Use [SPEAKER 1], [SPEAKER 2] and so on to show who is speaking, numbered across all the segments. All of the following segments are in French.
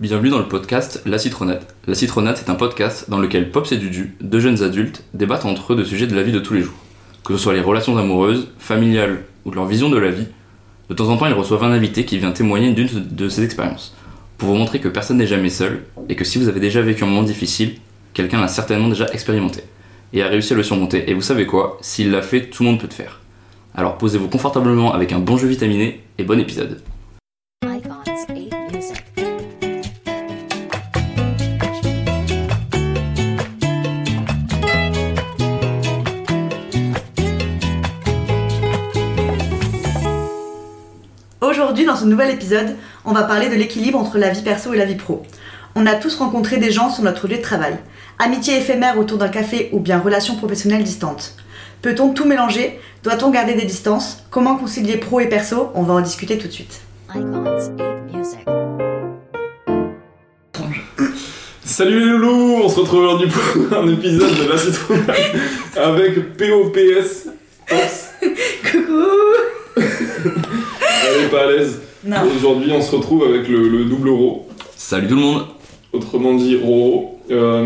[SPEAKER 1] Bienvenue dans le podcast La Citronade. La Citronade, c'est un podcast dans lequel Pops et Dudu, deux jeunes adultes, débattent entre eux de sujets de la vie de tous les jours. Que ce soit les relations amoureuses, familiales ou de leur vision de la vie, de temps en temps, ils reçoivent un invité qui vient témoigner d'une de ses expériences, pour vous montrer que personne n'est jamais seul et que si vous avez déjà vécu un moment difficile, quelqu'un l'a certainement déjà expérimenté et a réussi à le surmonter. Et vous savez quoi S'il l'a fait, tout le monde peut le faire. Alors posez-vous confortablement avec un bon jeu vitaminé et bon épisode.
[SPEAKER 2] Icons 8 Music.
[SPEAKER 3] Aujourd'hui, dans ce nouvel épisode, on va parler de l'équilibre entre la vie perso et la vie pro. On a tous rencontré des gens sur notre lieu de travail. Amitié éphémère autour d'un café ou bien relations professionnelles distantes. Peut-on tout mélanger Doit-on garder des distances Comment concilier pro et perso On va en discuter tout de suite.
[SPEAKER 2] Icons 8 Music.
[SPEAKER 4] Salut les loulous, on se retrouve aujourd'hui pour un épisode de La Citronade avec POPS. Ops,
[SPEAKER 3] Coucou
[SPEAKER 4] elle est pas à l'aise.
[SPEAKER 3] Non.
[SPEAKER 4] Aujourd'hui, on se retrouve avec le, le double Ro,
[SPEAKER 1] Salut tout le monde
[SPEAKER 4] autrement dit Roro. Euh,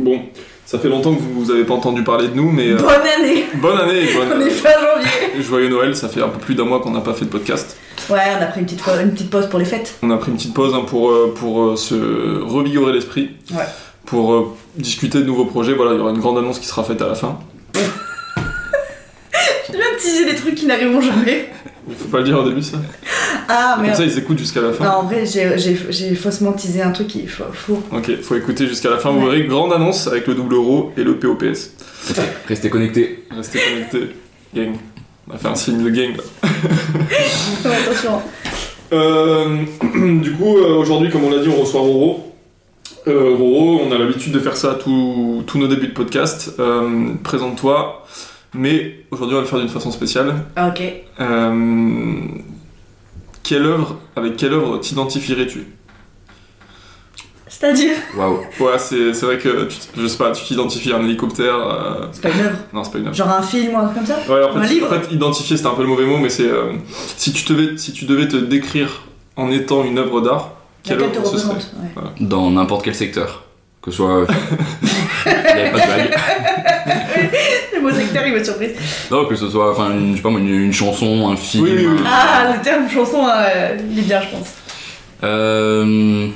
[SPEAKER 4] bon, ça fait longtemps que vous, vous avez pas entendu parler de nous, mais euh,
[SPEAKER 3] Bonne année
[SPEAKER 4] bonne année et bonne- euh,
[SPEAKER 3] On est fin janvier
[SPEAKER 4] Joyeux Noël, ça fait un peu plus d'un mois qu'on n'a pas fait de podcast.
[SPEAKER 3] Ouais, on a pris une petite, une petite pause pour les fêtes.
[SPEAKER 4] On a pris une petite pause hein, pour, euh, pour euh, se revigorer l'esprit,
[SPEAKER 3] Ouais.
[SPEAKER 4] pour euh, discuter de nouveaux projets. Voilà, il y aura une grande annonce qui sera faite à la fin.
[SPEAKER 3] Tu viens de teaser des trucs qui n'arriveront jamais.
[SPEAKER 4] Il faut pas le dire au début, ça.
[SPEAKER 3] Ah
[SPEAKER 4] Comme ça,
[SPEAKER 3] merde.
[SPEAKER 4] ils écoutent jusqu'à la fin.
[SPEAKER 3] Non, en vrai, j'ai- j'ai j'ai faussement teasé un truc qui est faux. faux.
[SPEAKER 4] Ok, faut écouter jusqu'à la fin.
[SPEAKER 3] Ouais.
[SPEAKER 4] Vous verrez, grande annonce avec le double euro et le POPS.
[SPEAKER 1] Restez connectés.
[SPEAKER 4] Restez connectés, gang. On a fait un signe de gang. là.
[SPEAKER 3] Ouais, attention.
[SPEAKER 4] Euh, du coup, euh, aujourd'hui, comme on l'a dit, on reçoit Roro. Euh, Roro, on a l'habitude de faire ça à tous tous nos débuts de podcast. Euh, Présente-toi. Mais aujourd'hui, on va le faire d'une façon spéciale.
[SPEAKER 3] Ah, Ok.
[SPEAKER 4] Euh, quelle œuvre, avec quelle œuvre t'identifierais-tu
[SPEAKER 3] C'est-à-dire
[SPEAKER 1] Waouh
[SPEAKER 4] Ouais, c'est c'est vrai que, tu t- je sais pas, tu t'identifies à un hélicoptère. euh,
[SPEAKER 3] C'est pas une œuvre.
[SPEAKER 4] Non, c'est pas une œuvre.
[SPEAKER 3] Genre un film ou un truc comme ça
[SPEAKER 4] Ouais, en fait,
[SPEAKER 3] Un livre
[SPEAKER 4] en fait, identifier, c'est un peu le mauvais mot, mais c'est. euh, si, tu devais, si tu devais te décrire en étant une œuvre d'art, quelle
[SPEAKER 3] Laquelle te
[SPEAKER 4] œuvre ce serait
[SPEAKER 3] représente ouais.
[SPEAKER 1] Dans n'importe quel secteur. Que ce soit. Il y avait pas de blague.
[SPEAKER 3] Le mot secteur, il m'a surprise.
[SPEAKER 1] Non, que ce soit, enfin, une- je sais pas, moi, une, une chanson, un film.
[SPEAKER 4] Oui, oui, oui.
[SPEAKER 1] un-
[SPEAKER 3] Ah, le terme chanson, euh, il est bien, je pense.
[SPEAKER 1] Euh...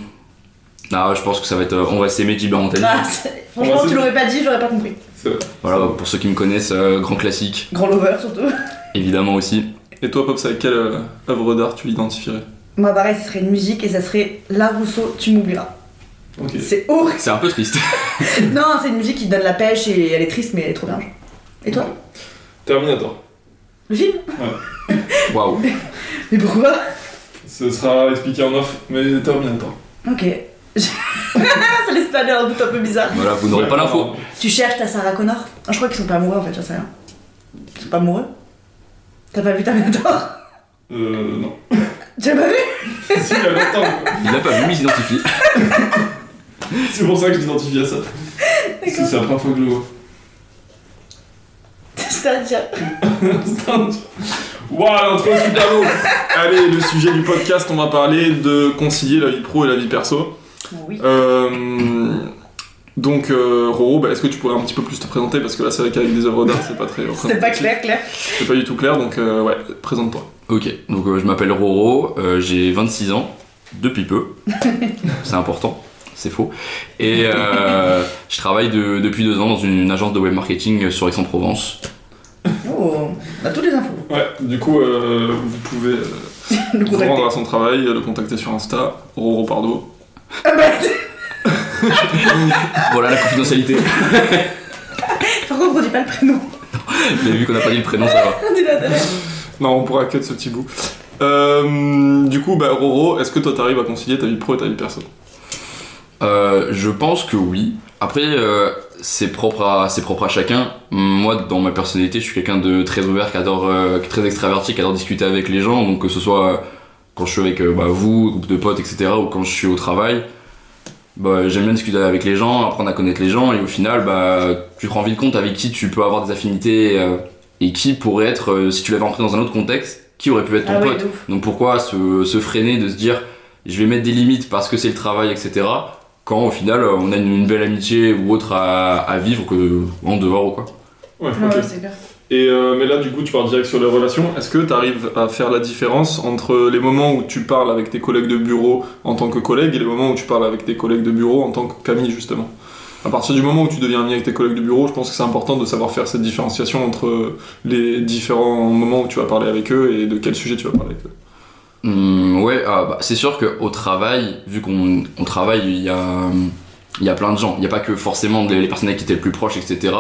[SPEAKER 1] Ah, je pense que ça va être. euh, on va s'aimer Jiba Montagné.
[SPEAKER 3] Ah, c'est-
[SPEAKER 4] On
[SPEAKER 3] franchement,
[SPEAKER 4] va-
[SPEAKER 3] tu l'aurais pas dit, j'aurais pas compris.
[SPEAKER 4] C'est vrai.
[SPEAKER 1] Voilà, pour ceux qui me connaissent, euh, grand classique,
[SPEAKER 3] Grand lover, surtout.
[SPEAKER 1] évidemment aussi.
[SPEAKER 4] Et toi, Pops, avec quelle euh, œuvre d'art tu l'identifierais
[SPEAKER 3] Moi, pareil, ce serait une musique et ça serait La Rousseau, tu m'oublieras.
[SPEAKER 4] Ok.
[SPEAKER 3] C'est horrible.
[SPEAKER 1] C'est un peu triste.
[SPEAKER 3] Non, c'est une musique qui donne la pêche et elle est triste, mais elle est trop bien. genre. Et toi
[SPEAKER 4] Terminator.
[SPEAKER 3] Le film
[SPEAKER 1] Waouh.
[SPEAKER 3] Mais pourquoi
[SPEAKER 4] Ce sera expliqué en off, mais Terminator.
[SPEAKER 3] Ok. ça laisse planer un doute un peu bizarre.
[SPEAKER 1] Voilà, vous n'aurez pas l'info.
[SPEAKER 3] Tu cherches ta Sarah Connor Ah, Je crois qu'ils sont pas amoureux en fait, j'en sais rien. Ils sont pas amoureux T'as pas vu Terminator
[SPEAKER 4] Euh, non.
[SPEAKER 3] Tu l'as pas vu
[SPEAKER 4] si, il y a longtemps. quoi.
[SPEAKER 1] Il n'a pas vu, mais il s'identifie.
[SPEAKER 4] C'est pour ça que je l'identifie à ça. Parce que C'est la première fois que je le vois.
[SPEAKER 3] C'est-à-dire.
[SPEAKER 4] Putain, tu- Waouh, l'intro est super lourde. Allez, le sujet du podcast, on va parler de concilier la vie pro et la vie perso.
[SPEAKER 3] Oui.
[SPEAKER 4] Euh, donc, euh, Roro, bah, est-ce que tu pourrais un petit peu plus te présenter Parce que là, c'est vrai qu'avec des œuvres d'art, c'est pas très.
[SPEAKER 3] C'était pas clair, clair.
[SPEAKER 4] C'est pas du tout clair, donc euh, ouais, présente-toi.
[SPEAKER 1] Ok, donc euh, je m'appelle Roro, euh, j'ai 26 ans, depuis peu, c'est important, c'est faux, et euh, je travaille de- depuis deux ans dans une, agence de web marketing sur Aix-en-Provence.
[SPEAKER 3] Oh, on a
[SPEAKER 5] bah,
[SPEAKER 3] toutes les infos.
[SPEAKER 4] Ouais, du coup, euh, vous pouvez euh,
[SPEAKER 3] Le
[SPEAKER 4] vous
[SPEAKER 3] contacter.
[SPEAKER 4] rendre à son travail, euh, le contacter sur Insta, Roro Pardo.
[SPEAKER 3] Ah bah,
[SPEAKER 1] Voilà la confidentialité,
[SPEAKER 3] Par contre, on dit pas le prénom.
[SPEAKER 1] mais vu qu'on n'a pas dit le prénom, ça va.
[SPEAKER 3] On dit la date.
[SPEAKER 4] Non, on pourra cut ce petit bout. Euh, du coup, bah, Roro, est-ce que toi t'arrives à concilier ta vie pro et ta vie perso
[SPEAKER 1] Euh, je pense que oui. Après, euh, c'est propre à c'est propre à chacun. Moi, dans ma personnalité, je suis quelqu'un de très ouvert, qui adore, euh, qui est très extraverti, qui adore discuter avec les gens. Donc que ce soit euh, quand je suis avec euh, bah, vous, groupe de potes, etc., ou quand je suis au travail, bah, j'aime bien discuter avec les gens, apprendre à connaître les gens, et au final, bah, tu te rends vite compte avec qui tu peux avoir des affinités euh, et qui pourrait être, euh, si tu l'avais rencontré dans un autre contexte, qui aurait pu être ton
[SPEAKER 3] Ah
[SPEAKER 1] pote.
[SPEAKER 3] ouais, de ouf.
[SPEAKER 1] Donc pourquoi se, se freiner de se dire je vais mettre des limites parce que c'est le travail, etc. Quand au final, on a une, une belle amitié ou autre à, à vivre que en dehors ou quoi.
[SPEAKER 4] Ouais,
[SPEAKER 3] Ouais,
[SPEAKER 4] ok.
[SPEAKER 3] ouais, c'est clair.
[SPEAKER 4] Et euh, mais là, du coup, tu pars direct sur les relations. Est-ce que tu arrives à faire la différence entre les moments où tu parles avec tes collègues de bureau en tant que collègue et les moments où tu parles avec tes collègues de bureau en tant que Camille, justement À partir du moment où tu deviens ami avec tes collègues de bureau, je pense que c'est important de savoir faire cette différenciation entre les différents moments où tu vas parler avec eux et de quel sujet tu vas parler avec eux.
[SPEAKER 1] Hum, ouais, ah, bah, c'est sûr qu'au travail, vu qu'on on travaille, il y a, hum, il y a plein de gens. Il n'y a pas que forcément les, les personnes à qui t'es le plus proche, etc.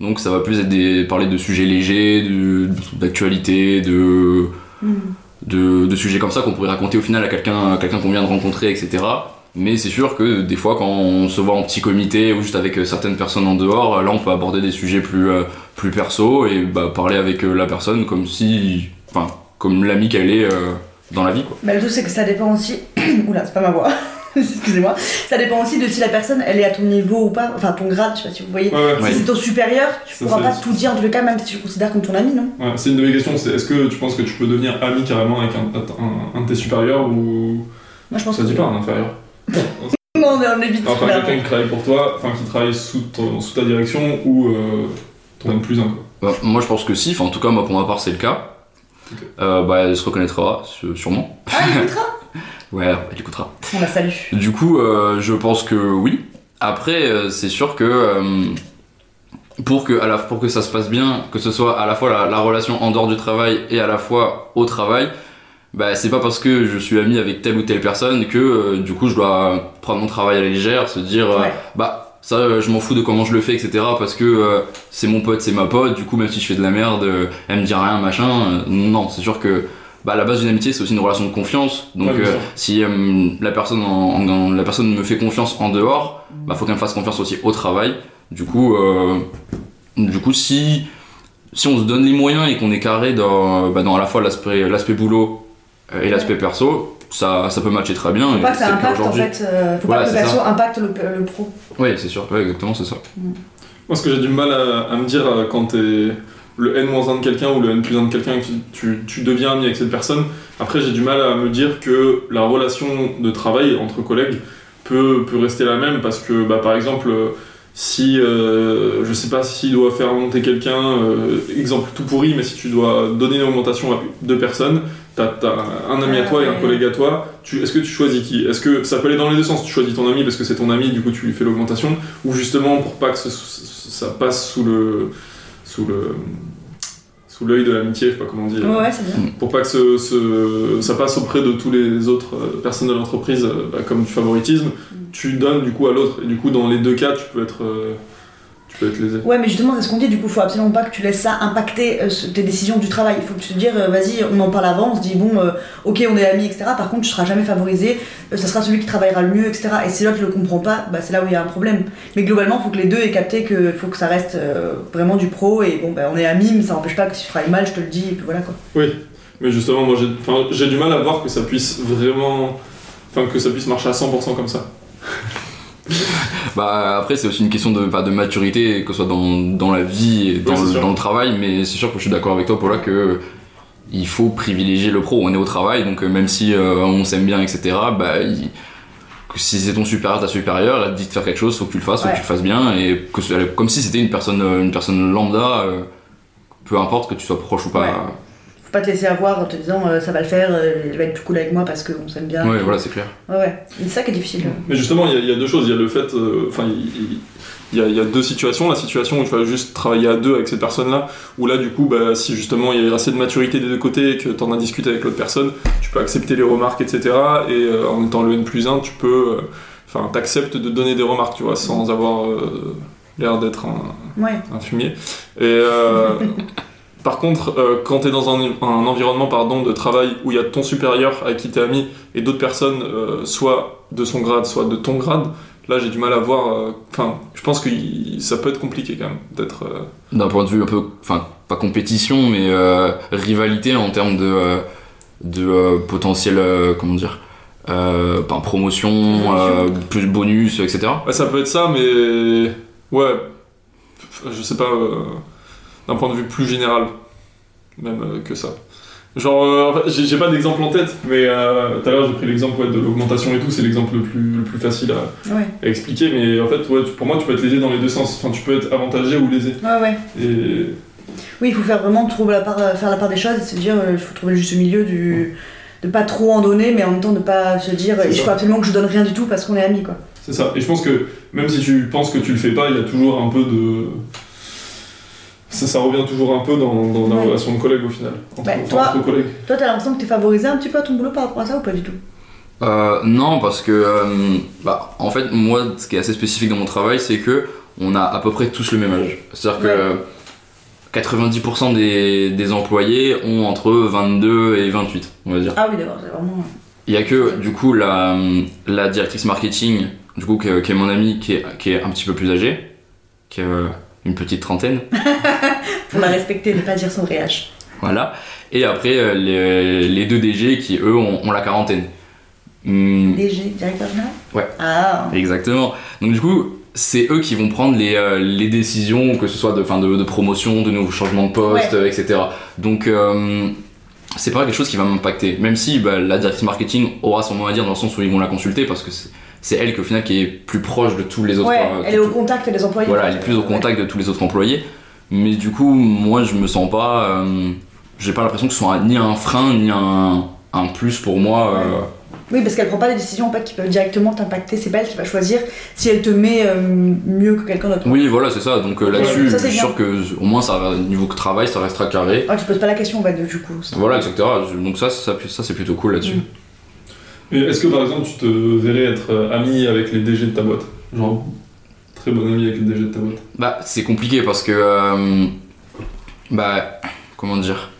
[SPEAKER 1] Donc ça va plus être des, parler de sujets légers, de- d'actualité, de,
[SPEAKER 5] Hmm.
[SPEAKER 3] Mhm.
[SPEAKER 1] de, de sujets comme ça qu'on pourrait raconter au final à quelqu'un à quelqu'un qu'on vient de rencontrer, etc. Mais c'est sûr que des fois, quand on se voit en petit comité ou juste avec euh, certaines personnes en dehors, euh, là, on peut aborder des sujets plus, euh, plus perso et bah, parler avec euh, la personne comme si, enfin, comme l'ami qu'elle est euh, dans la vie, quoi.
[SPEAKER 3] Bah, le truc, c'est que ça dépend aussi. Oula, c'est pas ma voix. Excusez-moi.
[SPEAKER 5] Ça dépend aussi de si la personne elle est à ton niveau ou pas, enfin ton grade, je sais pas si vous voyez.
[SPEAKER 1] Ouais.
[SPEAKER 5] Si c'est ton supérieur, tu
[SPEAKER 4] Ça,
[SPEAKER 5] pourras
[SPEAKER 4] c'est-
[SPEAKER 5] pas tout dire de le cas, même si tu le considères comme ton ami, non
[SPEAKER 4] Ouais, c'est une de mes questions, c'est est-ce que tu penses que tu peux devenir ami carrément avec un, un- un de tes supérieurs ou
[SPEAKER 5] Moi je pense
[SPEAKER 4] ça
[SPEAKER 5] que.
[SPEAKER 4] dit pas un inférieur
[SPEAKER 5] Non, on est- on évite.
[SPEAKER 4] Enfin
[SPEAKER 5] là.
[SPEAKER 4] quelqu'un qui travaille pour toi, enfin qui travaille sous, ton- sous ta direction ou euh, ton N plus un quoi.
[SPEAKER 1] Bah, moi, je pense que si, enfin, en tout cas, moi, pour ma part, c'est le cas.
[SPEAKER 4] Ok.
[SPEAKER 1] Euh, bah, elle se reconnaîtra, sû- sûrement.
[SPEAKER 5] Ah, il écoutera
[SPEAKER 1] Ouais, elle écoutera.
[SPEAKER 5] On la salue.
[SPEAKER 1] Du coup, euh, je pense que oui. Après, euh, c'est sûr que euh, pour que à la, pour que ça se passe bien, que ce soit à la fois la, la relation en dehors du travail et à la fois au travail, bah c'est pas parce que je suis ami avec telle ou telle personne que euh, du coup je dois prendre mon travail à la légère, se dire euh,
[SPEAKER 5] Ouais.
[SPEAKER 1] bah ça euh, je m'en fous de comment je le fais etc parce que euh, c'est mon pote c'est ma pote du coup même si je fais de la merde euh, elle me dit rien machin euh, non c'est sûr que bah, à la base d'une amitié c'est aussi une relation de confiance donc
[SPEAKER 4] Ouais, bien
[SPEAKER 1] euh,
[SPEAKER 4] sûr.
[SPEAKER 1] si euh, la personne en- en- en- la personne me fait confiance en dehors bah faut qu'elle me fasse confiance aussi au travail du coup euh, du coup si si on se donne les moyens et qu'on est carré dans, bah, dans à la fois l'aspect l'aspect boulot euh, et l'aspect perso ça, ça peut matcher très bien
[SPEAKER 3] Faut
[SPEAKER 1] et
[SPEAKER 3] pas que
[SPEAKER 1] c'est
[SPEAKER 3] ça
[SPEAKER 1] le cas
[SPEAKER 3] impacte en
[SPEAKER 1] aujourd'hui.
[SPEAKER 3] fait. euh, faut
[SPEAKER 1] Voilà,
[SPEAKER 3] pas que le
[SPEAKER 1] c'est
[SPEAKER 3] perso impacte le, le pro.
[SPEAKER 1] oui c'est sûr Ouais, exactement c'est ça
[SPEAKER 4] Moi, ce que j'ai du mal à, à me dire euh, quand t'es le N-1 de quelqu'un ou le N 1 de quelqu'un et que tu, tu- tu deviens ami avec cette personne, après, j'ai du mal à me dire que la relation de travail entre collègues peut, peut rester la même parce que, bah, par exemple, euh, si euh, je sais pas s'il doit faire monter quelqu'un, euh, exemple tout pourri, mais si tu dois donner une augmentation à deux personnes, t'as as un ami à toi et un collègue à toi, tu- est-ce que tu choisis qui Est-ce que ça peut aller dans les deux sens Tu choisis ton ami parce que c'est ton ami, du coup tu lui fais l'augmentation, ou justement pour pas que ce- ce- ça passe sous le sous le sous l'œil de l'amitié, je sais pas comment dire,
[SPEAKER 3] Ouais, ouais, c'est bien.
[SPEAKER 4] pour pas que ce- ce- ça passe auprès de tous les autres euh, personnes de l'entreprise euh, bah, comme du favoritisme, tu donnes du coup à l'autre et du coup dans les deux cas tu peux être euh, tu peux être lésé.
[SPEAKER 5] Ouais, mais justement, c'est ce qu'on dit, du coup, faut absolument pas que tu laisses ça impacter euh, ce- tes décisions du travail. Il faut que tu te dises, euh, vas-y, on en parle avant, on se dit, bon, euh, ok, on est amis, etc. Par contre, tu seras jamais favorisé, euh, ça sera celui qui travaillera le mieux, etc. Et si l'autre le comprend pas, bah, c'est là où il y a un problème. Mais globalement, faut que les deux aient capté que faut que ça reste euh, vraiment du pro, et bon, bah, on est amis, mais ça n'empêche pas que si tu travailles mal, je te le dis, et puis voilà quoi.
[SPEAKER 4] Oui, mais justement, moi j'ai enfin, j'ai du mal à voir que ça puisse vraiment. Enfin, que ça puisse marcher à 100% comme ça.
[SPEAKER 1] Bah après c'est aussi une question de, bah, de maturité, que ce soit dans, dans la vie et dans,
[SPEAKER 4] c'est
[SPEAKER 1] le-
[SPEAKER 4] sûr.
[SPEAKER 1] dans le travail, mais c'est sûr que je suis d'accord avec toi Paula que euh, il faut privilégier le pro, on est au travail, donc euh, même si euh, on s'aime bien, etc., bah, il- que si c'est ton supérieur, ta supérieure, elle te dit de faire quelque chose, faut que tu le fasses, faut
[SPEAKER 3] Ouais.
[SPEAKER 1] que tu le fasses bien, et que ce- comme si c'était une personne, euh, une personne lambda, euh, peu importe que tu sois proche ou pas.
[SPEAKER 3] Ouais. Faut pas te laisser avoir en te disant, euh, ça va le faire, euh, il va être plus cool avec moi parce qu'on s'aime bien.
[SPEAKER 1] Ouais, voilà, c'est clair.
[SPEAKER 3] Ouais, ouais. C'est ça qui est difficile.
[SPEAKER 4] Mais justement, il y a- il y, a deux choses. Il y a le fait. euh, Enfin, il- il- il y, a- il y a deux situations. La situation où tu vas juste travailler à deux avec cette personne-là, où là, du coup, bah, si justement il y a assez de maturité des deux côtés et que tu en as discuté avec l'autre personne, tu peux accepter les remarques, etc. Et euh, en étant le N plus 1, tu peux. euh, Enfin, t'acceptes de donner des remarques, tu vois, sans avoir euh, l'air d'être un,
[SPEAKER 3] Ouais.
[SPEAKER 4] un fumier. Et euh, par contre, euh, quand tu es dans un, un environnement pardon, de travail où il y a ton supérieur à qui t'es ami et d'autres personnes, euh, soit de son grade, soit de ton grade, là j'ai du mal à voir. euh, Enfin, je pense que y- ça peut être compliqué quand même d'être. euh,
[SPEAKER 1] d'un point de vue un peu, enfin pas compétition, mais euh, rivalité en termes de, euh, de euh, potentiel, euh, comment dire, euh, ben, promotion, euh, plus bonus, etc.
[SPEAKER 4] Ouais, ça peut être ça, mais ouais, je sais pas, euh, d'un point de vue plus général, même euh, que ça. Genre, euh, en fait, j'ai j'ai pas d'exemple en tête, mais euh, tout à l'heure j'ai pris l'exemple ouais, de l'augmentation et tout, c'est l'exemple le plus, le plus facile à,
[SPEAKER 3] Ouais,
[SPEAKER 4] à expliquer, mais en fait, ouais, tu- pour moi, tu peux être lésé dans les deux sens. Enfin, tu peux être avantagé ou lésé.
[SPEAKER 3] ouais, ouais.
[SPEAKER 4] Et
[SPEAKER 3] Oui, il faut faire vraiment trouver la part, euh, faire la part des choses et se dire, euh, il faut trouver juste le milieu du. de pas trop en donner, mais en même temps de pas se dire,
[SPEAKER 4] C'est
[SPEAKER 3] il
[SPEAKER 4] ça.
[SPEAKER 3] faut absolument que je donne rien du tout parce qu'on est amis, quoi.
[SPEAKER 4] C'est ça. Et je pense que même si tu penses que tu le fais pas, il y a toujours un peu de. Ça, ça revient toujours un peu dans, dans la
[SPEAKER 3] Ouais.
[SPEAKER 4] relation de collègue au final. Entre,
[SPEAKER 3] Ouais,
[SPEAKER 4] enfin,
[SPEAKER 3] toi-
[SPEAKER 4] entre collègues.
[SPEAKER 3] Toi, t'as l'impression que t'es favorisé un petit peu à ton boulot par rapport à ça ou pas du tout
[SPEAKER 1] Euh, non, parce que, euh, bah, en fait, moi, ce qui est assez spécifique dans mon travail, c'est que on a à peu près tous le même âge. C'est-à-dire que
[SPEAKER 3] Ouais.
[SPEAKER 1] euh, 90% des, des employés ont entre 22 et 28, on va dire.
[SPEAKER 3] Ah oui, d'accord, c'est vraiment.
[SPEAKER 1] Il y a que, du coup, la, la directrice marketing, du coup, qui, est- qui est mon amie, qui est, qui est un petit peu plus âgée, qui a une petite trentaine,
[SPEAKER 3] On va respecter, ne pas dire son réage.
[SPEAKER 1] voilà. Et après, euh, les, les deux DG qui, eux, ont, ont la quarantaine. Hum,
[SPEAKER 3] DG, directeur général
[SPEAKER 1] Ouais.
[SPEAKER 3] Ah,
[SPEAKER 1] Exactement. Donc du coup, c'est eux qui vont prendre les, euh, les décisions, que ce soit de, fin de, de promotion, de nouveaux changements de poste, euh, etc. Donc euh, c'est pas quelque chose qui va m'impacter. Même si bah, la directrice marketing aura son mot à dire dans le sens où ils vont la consulter parce que c'est- c'est elle qui au final qui est plus proche de tous les autres.
[SPEAKER 3] ouais,
[SPEAKER 1] euh,
[SPEAKER 3] elle est au contact des employés.
[SPEAKER 1] voilà, elle est plus au contact de tous les autres employés. Mais du coup, moi, je me sens pas. euh, J'ai pas l'impression que ce soit un- ni un frein ni un, un plus pour moi. euh,
[SPEAKER 3] Oui, parce qu'elle prend pas des décisions en fait, qui peuvent directement t'impacter. C'est pas elle qui va choisir si elle te met euh, mieux que quelqu'un d'autre.
[SPEAKER 1] Oui, voilà, c'est ça. Donc euh, là-dessus,
[SPEAKER 3] Ça,
[SPEAKER 1] je
[SPEAKER 3] c'est
[SPEAKER 1] suis
[SPEAKER 3] bien.
[SPEAKER 1] sûr que au moins, ça, niveau que travail, ça restera carré.
[SPEAKER 3] Ah, tu poses pas la question, bah, du coup. c'est-
[SPEAKER 1] Mm. Voilà, etc. Donc ça, ça, ça, c'est plutôt cool là-dessus.
[SPEAKER 3] Mm.
[SPEAKER 4] Et est-ce que par exemple, tu te verrais être euh, ami avec les DG de ta boîte Genre, très bon ami avec les DG de ta boîte.
[SPEAKER 1] Bah, c'est compliqué parce que, euh, bah, comment dire,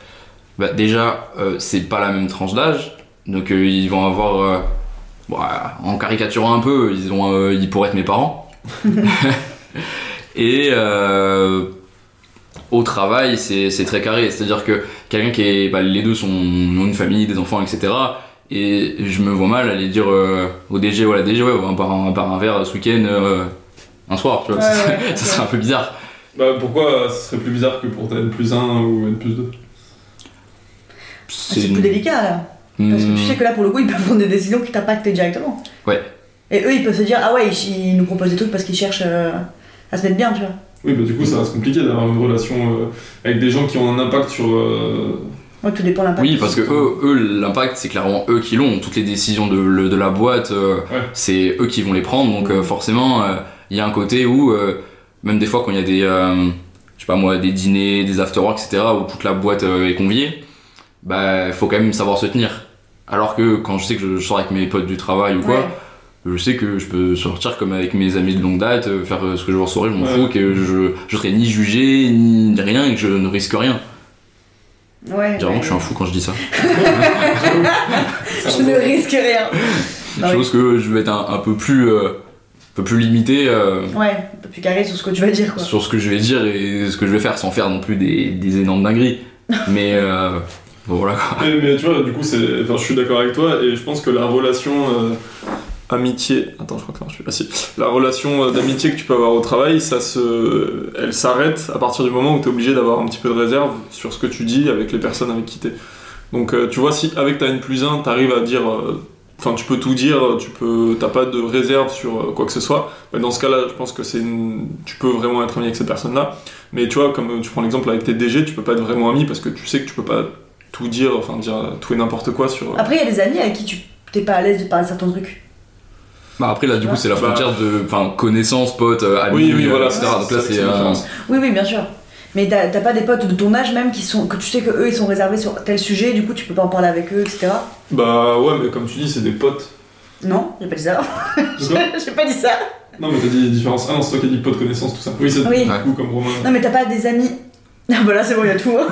[SPEAKER 1] bah déjà, euh, c'est pas la même tranche d'âge, donc euh, ils vont avoir, euh, bon, euh, en caricaturant un peu, ils ont, euh, ils pourraient être mes parents. Et euh, au travail, c'est c'est très carré, c'est-à-dire que quelqu'un qui est, bah, les deux sont ont une famille, des enfants, etc. Et je me vois mal aller dire euh, au DG, voilà, DG, ouais, on part, un, on part un verre ce week-end, euh, un soir, tu vois.
[SPEAKER 3] Ouais,
[SPEAKER 1] ça serait-
[SPEAKER 3] ouais, ouais,
[SPEAKER 1] ça serait un peu bizarre.
[SPEAKER 4] Bah pourquoi euh, ce serait plus bizarre que pour ta N plus 1 ou N plus 2
[SPEAKER 3] C'est plus délicat là. Parce
[SPEAKER 1] Hmm.
[SPEAKER 3] que tu sais que là, pour le coup, ils peuvent prendre des décisions qui t'impactent directement.
[SPEAKER 1] Ouais.
[SPEAKER 3] Et eux, ils peuvent se dire, ah ouais, ils, ils nous proposent des trucs parce qu'ils cherchent euh, à se mettre bien, tu vois.
[SPEAKER 4] Oui, bah du coup, ça reste compliqué d'avoir une relation euh, avec des gens qui ont un impact sur. euh,
[SPEAKER 3] Ouais, tout dépend de l'impact.
[SPEAKER 1] Oui, parce que eux, eux, l'impact, c'est clairement eux qui l'ont. Toutes les décisions de, le- de la boîte, euh,
[SPEAKER 4] Ouais.
[SPEAKER 1] c'est eux qui vont les prendre. Donc euh, forcément, euh, il y a un côté où, euh, même des fois quand il y a des, euh, je sais pas moi, des dîners, des after-work, etc., où toute la boîte euh, est conviée, bah faut quand même savoir se tenir. Alors que quand je sais que je, je sors avec mes potes du travail ou quoi,
[SPEAKER 3] Ouais.
[SPEAKER 1] je sais que je peux sortir comme avec mes amis de longue date, euh, faire euh, ce que je veux en soirée, je m'en
[SPEAKER 4] Ouais.
[SPEAKER 1] fous, que je, je serai ni jugé, ni rien, et que je ne risque rien.
[SPEAKER 3] Ouais.
[SPEAKER 1] Dire vraiment que je suis un
[SPEAKER 3] ouais.
[SPEAKER 1] fou quand je dis ça.
[SPEAKER 3] Je ne risque rien.
[SPEAKER 1] je
[SPEAKER 3] Ah oui.
[SPEAKER 1] pense que je vais être un, un peu plus euh, un peu plus limité euh,
[SPEAKER 3] Ouais, un peu plus carré sur ce que tu vas dire, quoi.
[SPEAKER 1] sur ce que je vais dire et ce que je vais faire sans faire non plus des, des énormes dingueries mais euh, bon, voilà quoi.
[SPEAKER 4] Mais, mais tu vois, du coup, c'est. Enfin, je suis d'accord avec toi et je pense que la relation euh, amitié. Attends, je crois que là, je suis pas Ah, si. La relation euh, d'amitié que tu peux avoir au travail, ça se. Elle s'arrête à partir du moment où tu es obligé d'avoir un petit peu de réserve sur ce que tu dis avec les personnes avec qui t'es. Donc, euh, tu vois, si avec ta N plus 1, t'arrives à dire. euh, Enfin, tu peux tout dire, tu peux, t'as pas de réserve sur euh, quoi que ce soit. Mais dans ce cas-là, je pense que c'est, une- tu peux vraiment être ami avec ces personnes-là. Mais tu vois, comme euh, tu prends l'exemple avec tes DG, tu peux pas être vraiment ami parce que tu sais que tu peux pas tout dire, enfin dire euh, tout et n'importe quoi sur. euh,
[SPEAKER 3] Après, il y a des amis avec qui tu t'es pas à l'aise de parler de certains trucs.
[SPEAKER 1] Bah, après là du coup c'est la
[SPEAKER 4] Bah.
[SPEAKER 1] frontière de enfin connaissance pote euh, ami
[SPEAKER 4] oui, oui,
[SPEAKER 1] euh,
[SPEAKER 4] voilà,
[SPEAKER 1] etc
[SPEAKER 4] ça,
[SPEAKER 1] donc là
[SPEAKER 4] ça,
[SPEAKER 1] c'est
[SPEAKER 4] c'est
[SPEAKER 1] euh,
[SPEAKER 4] différent.
[SPEAKER 3] Oui, oui, bien sûr. Mais t'as t'as pas des potes de ton âge même qui sont, que tu sais que eux ils sont réservés sur tel sujet, du coup tu peux pas en parler avec eux, etc.
[SPEAKER 4] Bah ouais, mais comme tu dis, c'est des potes.
[SPEAKER 3] Non, j'ai pas dit ça.
[SPEAKER 4] De quoi
[SPEAKER 3] j'ai pas dit ça.
[SPEAKER 4] non, mais t'as dit différence. Ah non, c'est toi qui as dit potes, connaissances, tout ça. Oui, c'est
[SPEAKER 3] Oui.
[SPEAKER 4] du coup comme Romain.
[SPEAKER 3] Non mais t'as pas des amis. Ah bah là c'est bon, il y a tout. hein.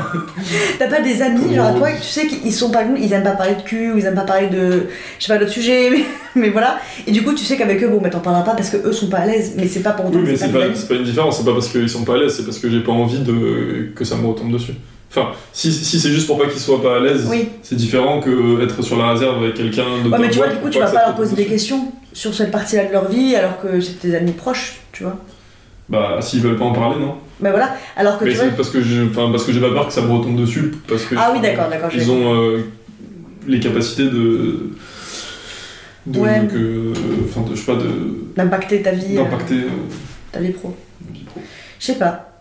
[SPEAKER 3] t'as pas des amis, genre à toi, que tu sais qu'ils sont par exemple, ils aiment pas parler de cul, ou ils aiment pas parler de. Je sais pas d'autres sujets, mais, mais voilà. Et du coup tu sais qu'avec eux, bon bah t'en parleras pas parce que eux sont pas à l'aise, mais c'est pas pour
[SPEAKER 4] Oui,
[SPEAKER 3] autant que
[SPEAKER 4] mais c'est
[SPEAKER 3] tes
[SPEAKER 4] pas,
[SPEAKER 3] amis.
[SPEAKER 4] c'est pas une différence, c'est pas parce qu'ils sont pas à l'aise, c'est parce que j'ai pas envie de que ça me retombe dessus. Enfin, si, si c'est juste pour pas qu'ils soient pas à l'aise,
[SPEAKER 3] Oui.
[SPEAKER 4] c'est différent que être sur la réserve avec quelqu'un de.
[SPEAKER 3] Ouais,
[SPEAKER 4] ta
[SPEAKER 3] mais tu vois,
[SPEAKER 4] boîte
[SPEAKER 3] du coup
[SPEAKER 4] pour
[SPEAKER 3] tu
[SPEAKER 4] pas
[SPEAKER 3] vas
[SPEAKER 4] que
[SPEAKER 3] pas
[SPEAKER 4] ça
[SPEAKER 3] leur
[SPEAKER 4] te
[SPEAKER 3] poser
[SPEAKER 4] retombe
[SPEAKER 3] des
[SPEAKER 4] dessus.
[SPEAKER 3] questions sur cette partie-là de leur vie alors que c'est tes amis proches, tu vois.
[SPEAKER 4] Bah, s'ils veulent pas en parler, non
[SPEAKER 3] Bah voilà, alors que
[SPEAKER 4] Mais
[SPEAKER 3] tu vois.
[SPEAKER 4] c'est parce que j'ai enfin, parce que j'ai pas peur que ça me retombe dessus. Parce que
[SPEAKER 3] Ah oui, d'accord, d'accord, j'ai-
[SPEAKER 4] Ils ont euh, les capacités de. de
[SPEAKER 3] Ouais.
[SPEAKER 4] que- Enfin, de- je sais pas, de-
[SPEAKER 3] D'impacter ta vie. euh,
[SPEAKER 4] d'impacter. euh,
[SPEAKER 3] ta vie pro.
[SPEAKER 4] ma vie pro.
[SPEAKER 3] Je sais pas.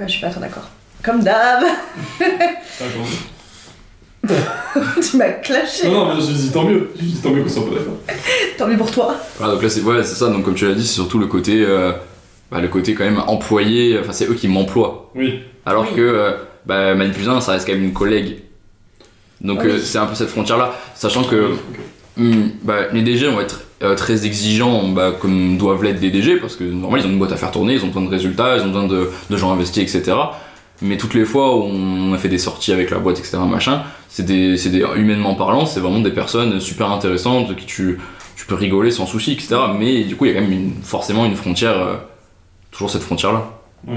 [SPEAKER 3] Euh, je suis pas trop d'accord. Comme d'hab,
[SPEAKER 4] D'accord.
[SPEAKER 3] tu m'as clashé.
[SPEAKER 4] Non, non, mais je me dis tant mieux. Je me dis tant mieux qu'on soit pas d'accord.
[SPEAKER 3] Tant mieux pour toi.
[SPEAKER 1] Voilà, donc là, c'est ouais, c'est ça. Donc, comme tu l'as dit, c'est surtout le côté, euh, bah, le côté quand même employé. Enfin, c'est eux qui m'emploient.
[SPEAKER 4] Oui.
[SPEAKER 1] Alors
[SPEAKER 3] Oui.
[SPEAKER 1] que euh, bah, Manu Plus un, ça reste quand même une collègue. Donc,
[SPEAKER 3] Ah Oui.
[SPEAKER 1] euh, c'est un peu cette frontière-là. Sachant que hmm, bah, les DG vont être euh, très exigeants, bah, comme doivent l'être des DG, parce que normalement, ils ont une boîte à faire tourner, ils ont besoin de résultats, ils ont besoin de, de gens investis, etc. Mais toutes les fois où on a fait des sorties avec la boîte, etc., machin, c'est des, c'est des- humainement parlant, c'est vraiment des personnes super intéressantes de qui tu, tu peux rigoler sans souci, etc. Mais du coup, il y a quand même une- forcément une frontière, euh, toujours cette frontière-là.
[SPEAKER 4] En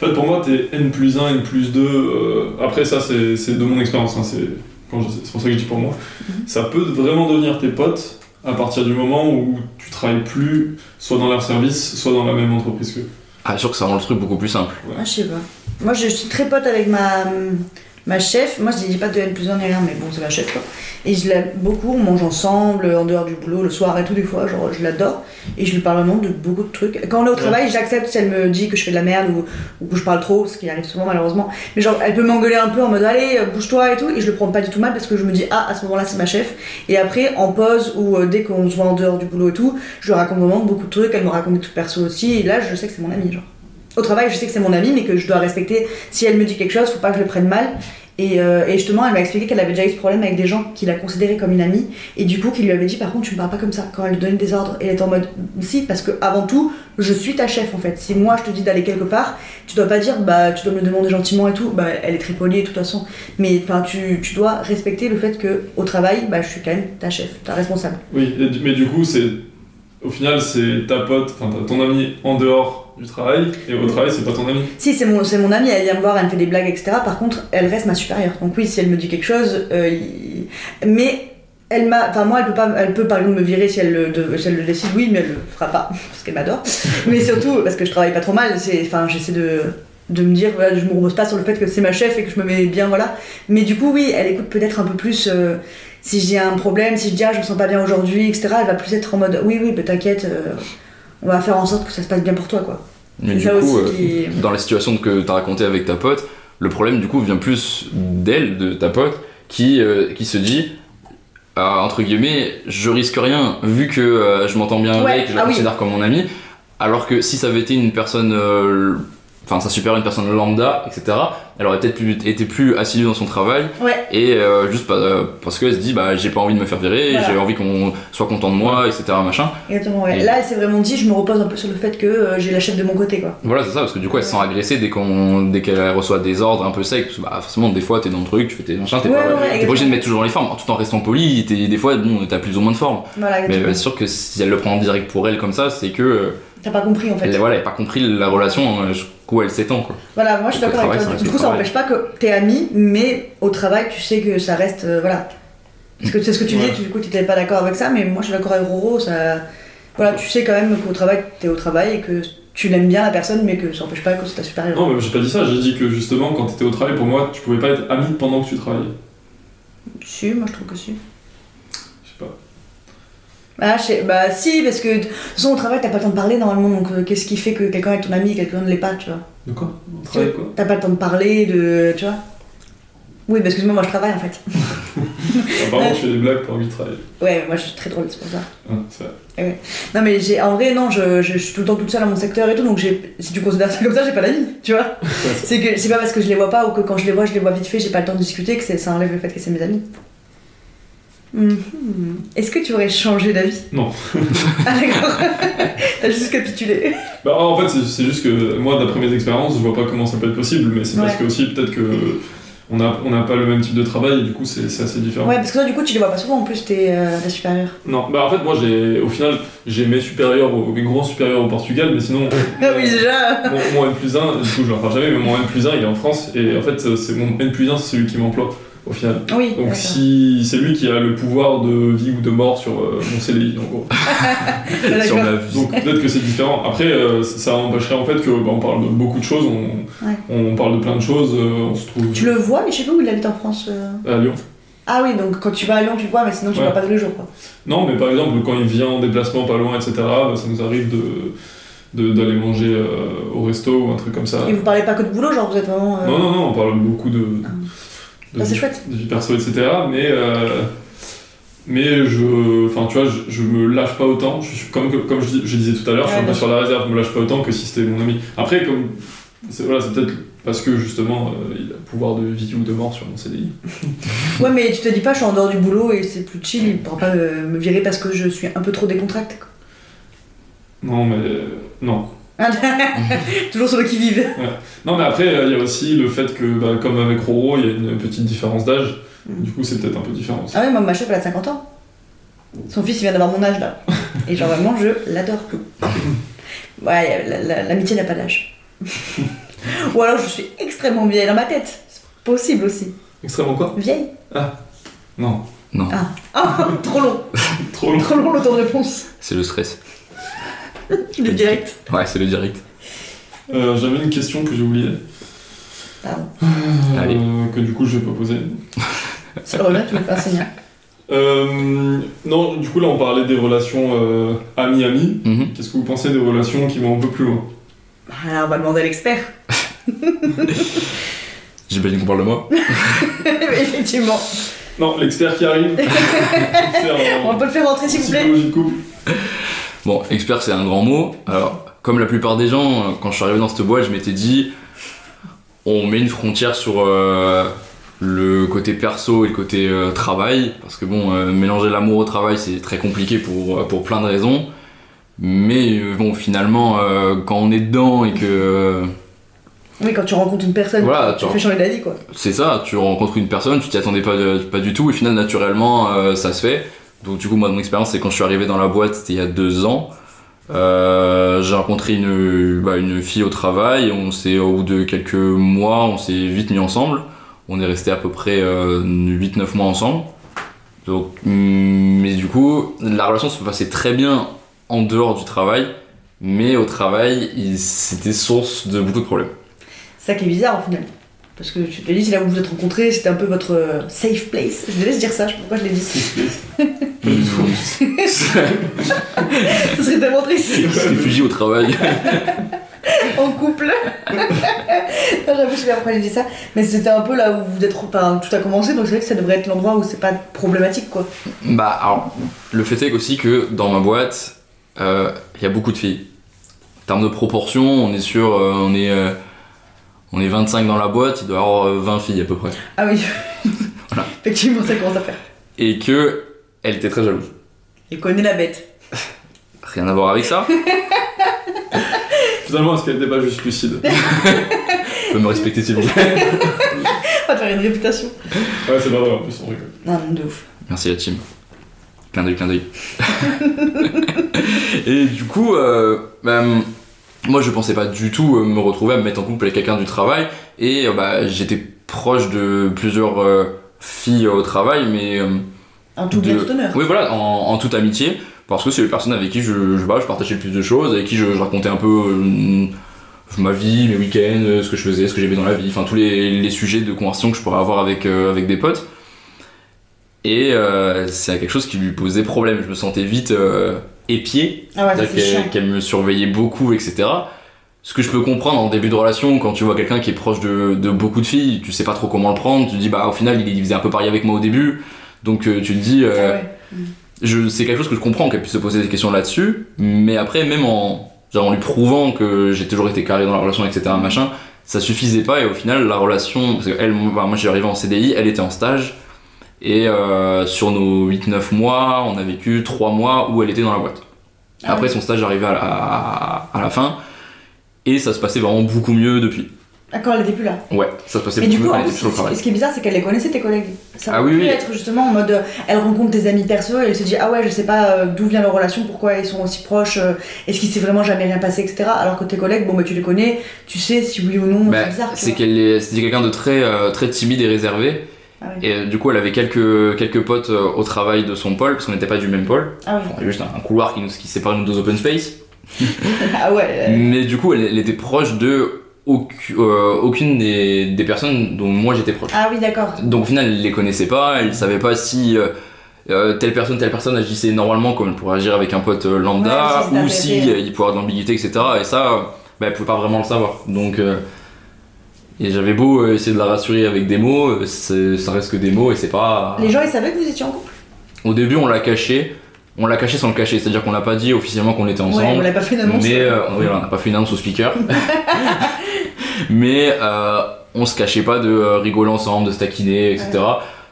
[SPEAKER 4] fait, pour moi, t'es N plus 1, N plus 2. euh, après, ça, c'est c'est de mon expérience. hein, c'est quand je- c'est pour ça que je dis pour moi. Ça peut vraiment devenir tes potes à partir du moment où tu travailles plus, soit dans leur service, soit dans la même entreprise qu'eux.
[SPEAKER 1] Ah, sûr que ça rend le truc beaucoup plus simple.
[SPEAKER 3] Ah, je sais pas. Moi, je suis très pote avec ma, ma chef. Moi, je dis pas de N plus 1 ni rien, mais bon, c'est ma chef, quoi. Et je l'aime beaucoup. On mange ensemble, en dehors du boulot, le soir et tout, des fois. Genre, je l'adore. Et je lui parle vraiment de beaucoup de trucs. Quand on est au travail, j'accepte si elle me dit que je fais de la merde ou, ou que je parle trop, ce qui arrive souvent, malheureusement. Mais genre, elle peut m'engueuler un peu en mode, allez, euh, bouge-toi et tout. Et je le prends pas du tout mal parce que je me dis, ah, à ce moment-là, c'est ma chef. Et après, en pause ou euh, dès qu'on se voit en dehors du boulot et tout, je lui raconte vraiment beaucoup de trucs. Elle me raconte des trucs perso aussi. Et là, je sais que c'est mon ami, genre. Au travail, je sais que c'est mon ami, mais que je dois respecter. Si elle me dit quelque chose, faut pas que je le prenne mal. Et, euh, et justement, elle m'a expliqué qu'elle avait déjà eu ce problème avec des gens qu'il a considéré comme une amie, et du coup, qui lui avait dit par contre, tu me parles pas comme ça quand elle lui donnait des ordres. Et elle est en mode si, parce que avant tout, je suis ta chef en fait. Si moi je te dis d'aller quelque part, tu dois pas dire bah tu dois me le demander gentiment et tout. Bah elle est très polie de toute façon, mais enfin tu, tu dois respecter le fait que au travail, bah je suis quand même ta chef, ta responsable.
[SPEAKER 4] Oui, et du- mais du coup, c'est au final, c'est ta pote, enfin t'as ton ami en dehors du travail, et au travail, c'est pas ton ami.
[SPEAKER 3] Si, c'est mon, c'est mon amie, elle vient me voir, elle me fait des blagues, etc. Par contre, elle reste ma supérieure. Donc oui, si elle me dit quelque chose, euh, il- mais elle m'a, enfin moi, elle peut pas, elle peut par exemple me virer si elle le, de- si elle le décide, oui, mais elle le fera pas parce qu'elle m'adore. mais surtout parce que je travaille pas trop mal. C'est, enfin, j'essaie de de me dire, voilà, je me repose pas sur le fait que c'est ma chef et que je me mets bien, voilà. Mais du coup, oui, elle écoute peut-être un peu plus. euh, si j'ai un problème, si je dis ah je me sens pas bien aujourd'hui, etc. Elle va plus être en mode oui oui, bah, t'inquiète, euh, on va faire en sorte que ça se passe bien pour toi quoi.
[SPEAKER 1] Mais
[SPEAKER 3] C'est
[SPEAKER 1] du
[SPEAKER 3] ça
[SPEAKER 1] coup,
[SPEAKER 3] aussi
[SPEAKER 1] euh, dans la situation que tu as racontée avec ta pote, le problème du coup vient plus d'elle, de ta pote, qui, euh, qui se dit, ah, entre guillemets, je risque rien, vu que euh, je m'entends bien
[SPEAKER 3] Ouais,
[SPEAKER 1] avec, je la
[SPEAKER 3] ah oui.
[SPEAKER 1] considère comme mon ami, alors que si ça avait été une personne, euh, enfin ça supère une personne lambda, etc., elle aurait peut-être plus- été plus assidue dans son travail,
[SPEAKER 3] Ouais.
[SPEAKER 1] et euh, juste pas- euh, parce qu'elle se dit, bah j'ai pas envie de me faire virer,
[SPEAKER 3] Voilà.
[SPEAKER 1] j'ai envie qu'on soit content de moi, etc., machin.
[SPEAKER 3] Exactement, ouais.
[SPEAKER 1] Et-
[SPEAKER 3] Là, elle s'est vraiment dit, je me repose un peu sur le fait que euh, j'ai la chef de mon côté, quoi.
[SPEAKER 1] Voilà, c'est ça, parce que du coup, elle se sent agressée dès qu'on, dès qu'elle reçoit des ordres un peu secs. Parce que bah, forcément, des fois, t'es dans le truc, tu fais tes machins, t'es
[SPEAKER 3] Ouais,
[SPEAKER 1] pas, t'es
[SPEAKER 3] ouais, ouais,
[SPEAKER 1] pas obligé de
[SPEAKER 3] exactement.
[SPEAKER 1] mettre toujours les formes, tout en restant poli. T'es, des fois, bon, t'as plus ou moins de forme.
[SPEAKER 3] Voilà,
[SPEAKER 1] Mais
[SPEAKER 3] exactement.
[SPEAKER 1] euh, c'est sûr que si elle le prend en direct pour elle comme ça, c'est que euh,
[SPEAKER 3] T'as pas compris, en fait.
[SPEAKER 1] elle, voilà, elle a pas compris la relation euh, jusqu'où elle s'étend. Quoi.
[SPEAKER 3] Voilà, moi, je suis
[SPEAKER 1] Le
[SPEAKER 3] d'accord
[SPEAKER 1] travail,
[SPEAKER 3] avec toi.
[SPEAKER 1] ça reste
[SPEAKER 3] Du
[SPEAKER 1] le
[SPEAKER 3] coup, ça
[SPEAKER 1] travail.
[SPEAKER 3] n'empêche pas que t'es ami, mais au travail, tu sais que ça reste, euh, voilà. Parce que c'est ce que tu
[SPEAKER 4] Ouais.
[SPEAKER 3] dis, tu- du coup, tu t'es pas d'accord avec ça, mais moi, je suis d'accord avec Roro, ça... Voilà, tu sais quand même qu'au travail, t'es au travail et que tu l'aimes bien, la personne, mais que ça n'empêche pas que c'est ta supérieure.
[SPEAKER 4] Non, mais j'ai pas dit ça, j'ai dit que justement, quand t'étais au travail, pour moi, tu pouvais pas être ami pendant que tu travaillais.
[SPEAKER 3] Si, moi, je trouve que si.
[SPEAKER 4] Je sais pas.
[SPEAKER 3] Ah, je sais- bah si, parce que de toute façon, au travail, t'as pas le temps de parler, normalement, donc euh, qu'est-ce qui fait que quelqu'un est ton ami et quelqu'un ne l'est pas, tu vois
[SPEAKER 4] De quoi Au travail, quoi
[SPEAKER 3] T'as pas le temps de parler, de. Tu vois Oui, parce que moi, moi je travaille en fait.
[SPEAKER 4] Apparemment, tu fais bah, des blagues pendant que tu travailles.
[SPEAKER 3] Ouais, moi je suis très drôle, c'est pour ça.
[SPEAKER 4] Hein, c'est vrai.
[SPEAKER 3] Non, mais j'ai, en vrai, non, je, je, je suis tout le temps toute seule à mon secteur et tout, donc j'ai, si tu considères ça comme ça, j'ai pas d'amis, tu vois. c'est que c'est pas parce que je les vois pas ou que quand je les vois, je les vois vite fait, j'ai pas le temps de discuter que c'est- ça enlève le fait que c'est mes amis. Mhm. Est-ce que tu aurais changé d'avis
[SPEAKER 4] Non.
[SPEAKER 3] Ah, d'accord. T'as juste capitulé.
[SPEAKER 4] Bah, en fait, c'est- c'est juste que moi, d'après mes expériences, je vois pas comment ça peut être possible, mais c'est parce
[SPEAKER 3] Ouais.
[SPEAKER 4] que aussi, peut-être que on n'a on a pas le même type de travail, et du coup, c'est c'est assez différent.
[SPEAKER 3] Ouais, parce que toi, du coup, tu les vois pas souvent en plus, t'es euh, la supérieure.
[SPEAKER 4] Non, bah en fait, moi, j'ai au final, j'ai mes supérieurs, au- mes grands supérieurs au Portugal, mais sinon.
[SPEAKER 3] Ah oui, déjà
[SPEAKER 4] Mon, mon N plus 1, du coup je l'en parle jamais, mais mon N plus 1 il est en France et en fait c'est mon N plus 1 c'est celui qui m'emploie. au final.
[SPEAKER 3] Oui.
[SPEAKER 4] Donc
[SPEAKER 3] Ah, d'accord.
[SPEAKER 4] si c'est lui qui a le pouvoir de vie ou de mort sur euh, mon CDI en gros.
[SPEAKER 3] Ah, D'accord.
[SPEAKER 1] sur ma vie.
[SPEAKER 4] Donc peut-être que c'est différent. Après euh, ça empêcherait en fait que bah, on parle de beaucoup de choses, on,
[SPEAKER 3] Ouais.
[SPEAKER 4] on parle de plein de choses, euh, on se trouve
[SPEAKER 3] Tu le vois, mais je sais pas où il habite en France. euh.
[SPEAKER 4] à Lyon.
[SPEAKER 3] Ah oui, donc quand tu vas à Lyon, tu le vois, mais sinon tu
[SPEAKER 4] Ouais.
[SPEAKER 3] vas pas tous les jours. Quoi.
[SPEAKER 4] Non mais par exemple quand il vient en déplacement pas loin etc. bah, ça nous arrive de de- d'aller manger euh, au resto ou un truc comme ça.
[SPEAKER 3] Et vous parlez pas que de boulot, genre vous êtes vraiment. euh,
[SPEAKER 4] Non non non on parle beaucoup de, de
[SPEAKER 3] Ah, c'est chouette.
[SPEAKER 4] de vie perso, etc. Mais, euh, mais je, enfin, tu vois, je, je me lâche pas autant. Je suis- comme, comme je, dis- je disais tout à l'heure, je suis
[SPEAKER 3] Ouais,
[SPEAKER 4] un peu
[SPEAKER 3] bien
[SPEAKER 4] sur la réserve, je me lâche pas autant que si c'était mon ami. Après, comme, c'est voilà, c'est peut-être parce que justement, euh, il a le pouvoir de vie ou de mort sur mon CDI.
[SPEAKER 3] Ouais, mais tu te dis pas, je suis en dehors du boulot et c'est plus chill, il pourra pas euh, me virer parce que je suis un peu trop décontractée. quoi.
[SPEAKER 4] Non, mais euh, non.
[SPEAKER 3] Toujours sur le qui vive.
[SPEAKER 4] Non, mais après, euh, il y a aussi le fait que, bah, comme avec Roro, il y a une petite différence d'âge.
[SPEAKER 3] Mm.
[SPEAKER 4] Du coup, c'est peut-être un peu différent. aussi.
[SPEAKER 3] Ah ouais, moi ma chef elle a 50 ans. Son fils il vient d'avoir mon âge là. Et genre vraiment je l'adore. Ouais, la- la- l'amitié n'a pas d'âge. Ou alors je suis extrêmement vieille dans ma tête. C'est possible aussi.
[SPEAKER 4] Extrêmement quoi
[SPEAKER 3] Vieille
[SPEAKER 4] Non,
[SPEAKER 1] Non,
[SPEAKER 3] Ah. Ah, trop long.
[SPEAKER 4] trop long.
[SPEAKER 3] Trop long le temps de réponse.
[SPEAKER 1] c'est le stress.
[SPEAKER 3] Le direct.
[SPEAKER 1] Ouais, c'est le direct.
[SPEAKER 4] Euh, J'avais une question que j'ai oubliée.
[SPEAKER 3] Pardon.
[SPEAKER 4] Euh,
[SPEAKER 1] Allez.
[SPEAKER 4] que du coup, je vais pas poser.
[SPEAKER 3] C'est relou, tu me fais un signe.
[SPEAKER 4] Euh, non, du coup là on parlait des relations euh, amis-amis.
[SPEAKER 1] Mhm.
[SPEAKER 4] Qu'est-ce que vous pensez des relations qui vont un peu plus loin
[SPEAKER 3] Ah, on va demander à l'expert.
[SPEAKER 1] J'imagine qu'on parle de moi.
[SPEAKER 3] Effectivement.
[SPEAKER 4] Non, l'expert qui arrive. Pour faire,
[SPEAKER 3] On
[SPEAKER 4] euh,
[SPEAKER 3] peut le faire rentrer s'il vous plaît.
[SPEAKER 4] psychologie de couple.
[SPEAKER 1] Bon, expert, c'est un grand mot. Alors, comme la plupart des gens, euh, quand je suis arrivé dans cette boîte, je m'étais dit on met une frontière sur euh, le côté perso et le côté euh, travail. Parce que bon, euh, mélanger l'amour au travail, c'est très compliqué pour, euh, pour plein de raisons. Mais euh, bon, finalement, euh, quand on est dedans et que. euh,
[SPEAKER 3] Oui, quand tu rencontres une personne,
[SPEAKER 1] Voilà,
[SPEAKER 3] tu
[SPEAKER 1] attends.
[SPEAKER 3] fais changer d'avis quoi.
[SPEAKER 1] C'est ça, tu rencontres une personne, tu t'y attendais pas, pas du tout, et au final, naturellement, euh, ça se fait. Donc, du coup, moi, mon expérience, c'est quand je suis arrivé dans la boîte, c'était il y a deux ans. euh, j'ai rencontré une, bah, une fille au travail, on s'est, au bout de quelques mois, on s'est vite mis ensemble. On est resté à peu près euh, 8-9 mois ensemble. Donc, hum, mais du coup, la relation se passait très bien en dehors du travail, mais au travail, il- c'était source de beaucoup de problèmes.
[SPEAKER 3] C'est ça qui est bizarre au final. Parce que tu te dis, c'est là où vous vous êtes rencontrés, c'était un peu votre euh, safe place. Je devais se dire ça, je sais pas pourquoi je l'ai dit.
[SPEAKER 4] Pas du tout.
[SPEAKER 3] Ce serait tellement triste
[SPEAKER 1] Je se réfugie au travail.
[SPEAKER 3] en couple. Non, J'avoue, je sais pas pourquoi j'ai dit ça. Mais c'était un peu là où vous êtes enfin, tout a commencé, donc c'est vrai que ça devrait être l'endroit où c'est pas problématique quoi.
[SPEAKER 1] Bah alors, le fait est aussi que dans ma boîte, euh, il y a beaucoup de filles. En termes de proportion, on est sur, euh, on est, euh, on est 25 dans la boîte, il doit y avoir euh, 20 filles à peu près.
[SPEAKER 3] Ah oui.
[SPEAKER 1] Voilà.
[SPEAKER 3] Effectivement, ça commence à faire.
[SPEAKER 1] Et que elle était très jalouse.
[SPEAKER 3] Il connaît la bête.
[SPEAKER 1] Rien à voir avec ça.
[SPEAKER 4] Finalement, est-ce qu'elle n'était pas juste lucide
[SPEAKER 1] Tu peux me respecter s'il vous plaît.
[SPEAKER 3] On va faire une réputation.
[SPEAKER 4] Ouais, c'est pas vrai en plus, on rigole.
[SPEAKER 3] Non, non, de ouf.
[SPEAKER 1] Merci la team. Clin d'œil, clin d'œil. Et du coup, euh, bah, moi je pensais pas du tout euh, me retrouver à me mettre en couple avec quelqu'un du travail. Et euh, bah, j'étais proche de plusieurs euh, filles au travail, mais. euh,
[SPEAKER 3] Un tout
[SPEAKER 1] de-
[SPEAKER 3] bien tout honneur.
[SPEAKER 1] Oui, voilà, en, en toute amitié, parce que c'est les personnes avec qui je, je, bah, je partageais le plus de choses, avec qui je, je racontais un peu euh, ma vie, mes week-ends, euh, ce que je faisais, ce que j'aimais dans la vie, enfin tous les, les sujets de conversation que je pourrais avoir avec, euh, avec des potes. Et euh, c'est quelque chose qui lui posait problème. Je me sentais vite euh, épié
[SPEAKER 3] Ah ouais, ça,
[SPEAKER 1] c'est-à-dire
[SPEAKER 3] c'est chiant.
[SPEAKER 1] qu'elle qu'elle me surveillait beaucoup, etc. Ce que je peux comprendre en début de relation, quand tu vois quelqu'un qui est proche de, de beaucoup de filles, tu sais pas trop comment le prendre, tu te dis bah au final il, il faisait un peu pareil avec moi au début, donc euh, tu te dis
[SPEAKER 3] Ah
[SPEAKER 1] euh,
[SPEAKER 3] ouais.
[SPEAKER 1] je- c'est quelque chose que je comprends qu'elle puisse se poser des questions là-dessus, mais après même en, genre, en lui prouvant que j'ai toujours été carré dans la relation, etc. Machin, ça suffisait pas et au final la relation, parce que elle, moi moi, j'ai arrivé en CDI, elle était en stage et euh, sur nos 8-9 mois, on a vécu 3 mois où elle était dans la boîte.
[SPEAKER 3] Ah
[SPEAKER 1] Après son stage arrivait à la, à- à la fin et ça se passait vraiment beaucoup mieux depuis.
[SPEAKER 3] Ah, quand elle était plus là.
[SPEAKER 1] Ouais, ça se passait
[SPEAKER 3] Mais
[SPEAKER 1] beaucoup
[SPEAKER 3] du
[SPEAKER 1] mieux
[SPEAKER 3] coup,
[SPEAKER 1] quand
[SPEAKER 3] en
[SPEAKER 1] elle
[SPEAKER 3] plus,
[SPEAKER 1] était sur le
[SPEAKER 3] ce
[SPEAKER 1] travail.
[SPEAKER 3] ce qui est bizarre, c'est qu'elle les connaissait, tes collègues. Ça
[SPEAKER 1] Ah
[SPEAKER 3] peut
[SPEAKER 1] oui,
[SPEAKER 3] plus
[SPEAKER 1] oui.
[SPEAKER 3] être justement en mode, euh, elle rencontre tes amis perso et elle se dit, ah ouais, je sais pas euh, d'où vient leur relation, pourquoi ils sont aussi proches, euh, est-ce qu'il s'est vraiment jamais rien passé, etc. Alors que tes collègues, bon, bah tu les connais, tu sais si oui ou non,
[SPEAKER 1] Bah,
[SPEAKER 3] c'est bizarre. tu
[SPEAKER 1] c'est
[SPEAKER 3] vois.
[SPEAKER 1] qu'elle est- c'était quelqu'un de très euh, très timide et réservé
[SPEAKER 3] Ah oui.
[SPEAKER 1] Et euh, du coup, elle avait quelques, quelques potes euh, au travail de son pôle, parce qu'on n'était pas du même pôle.
[SPEAKER 3] Ah
[SPEAKER 1] Bon, il y avait juste un, un couloir qui, nous, qui sépare nos deux open space.
[SPEAKER 3] oui. Ah ouais. euh,
[SPEAKER 1] Mais du coup, elle, elle était proche de aucu- euh, aucune des, des personnes dont moi j'étais proche.
[SPEAKER 3] Ah oui, d'accord.
[SPEAKER 1] Donc au final, elle les connaissait pas, elle savait pas si euh, euh, telle personne, telle personne agissait normalement comme elle pourrait agir avec un pote euh, lambda,
[SPEAKER 3] Ouais,
[SPEAKER 1] ou
[SPEAKER 3] si
[SPEAKER 1] si
[SPEAKER 3] c'était
[SPEAKER 1] euh, il pourrait y avoir de l'ambiguïté, etc. Et ça, euh, bah, elle pouvait pas vraiment le savoir. Donc, euh, et j'avais beau euh, essayer de la rassurer avec des mots, euh, c'est- ça reste que des mots et c'est pas.
[SPEAKER 3] Les gens, ils savaient que vous étiez en couple
[SPEAKER 1] Au début, on l'a caché, on l'a caché sans le cacher, c'est-à-dire qu'on l'a pas dit officiellement qu'on était ensemble.
[SPEAKER 3] Ouais, on l'a pas fait une annonce.
[SPEAKER 1] Mais euh, oui, voilà, on n'a pas fait une annonce au speaker. mais euh, on se cachait pas de euh, rigoler ensemble, de se taquiner, etc.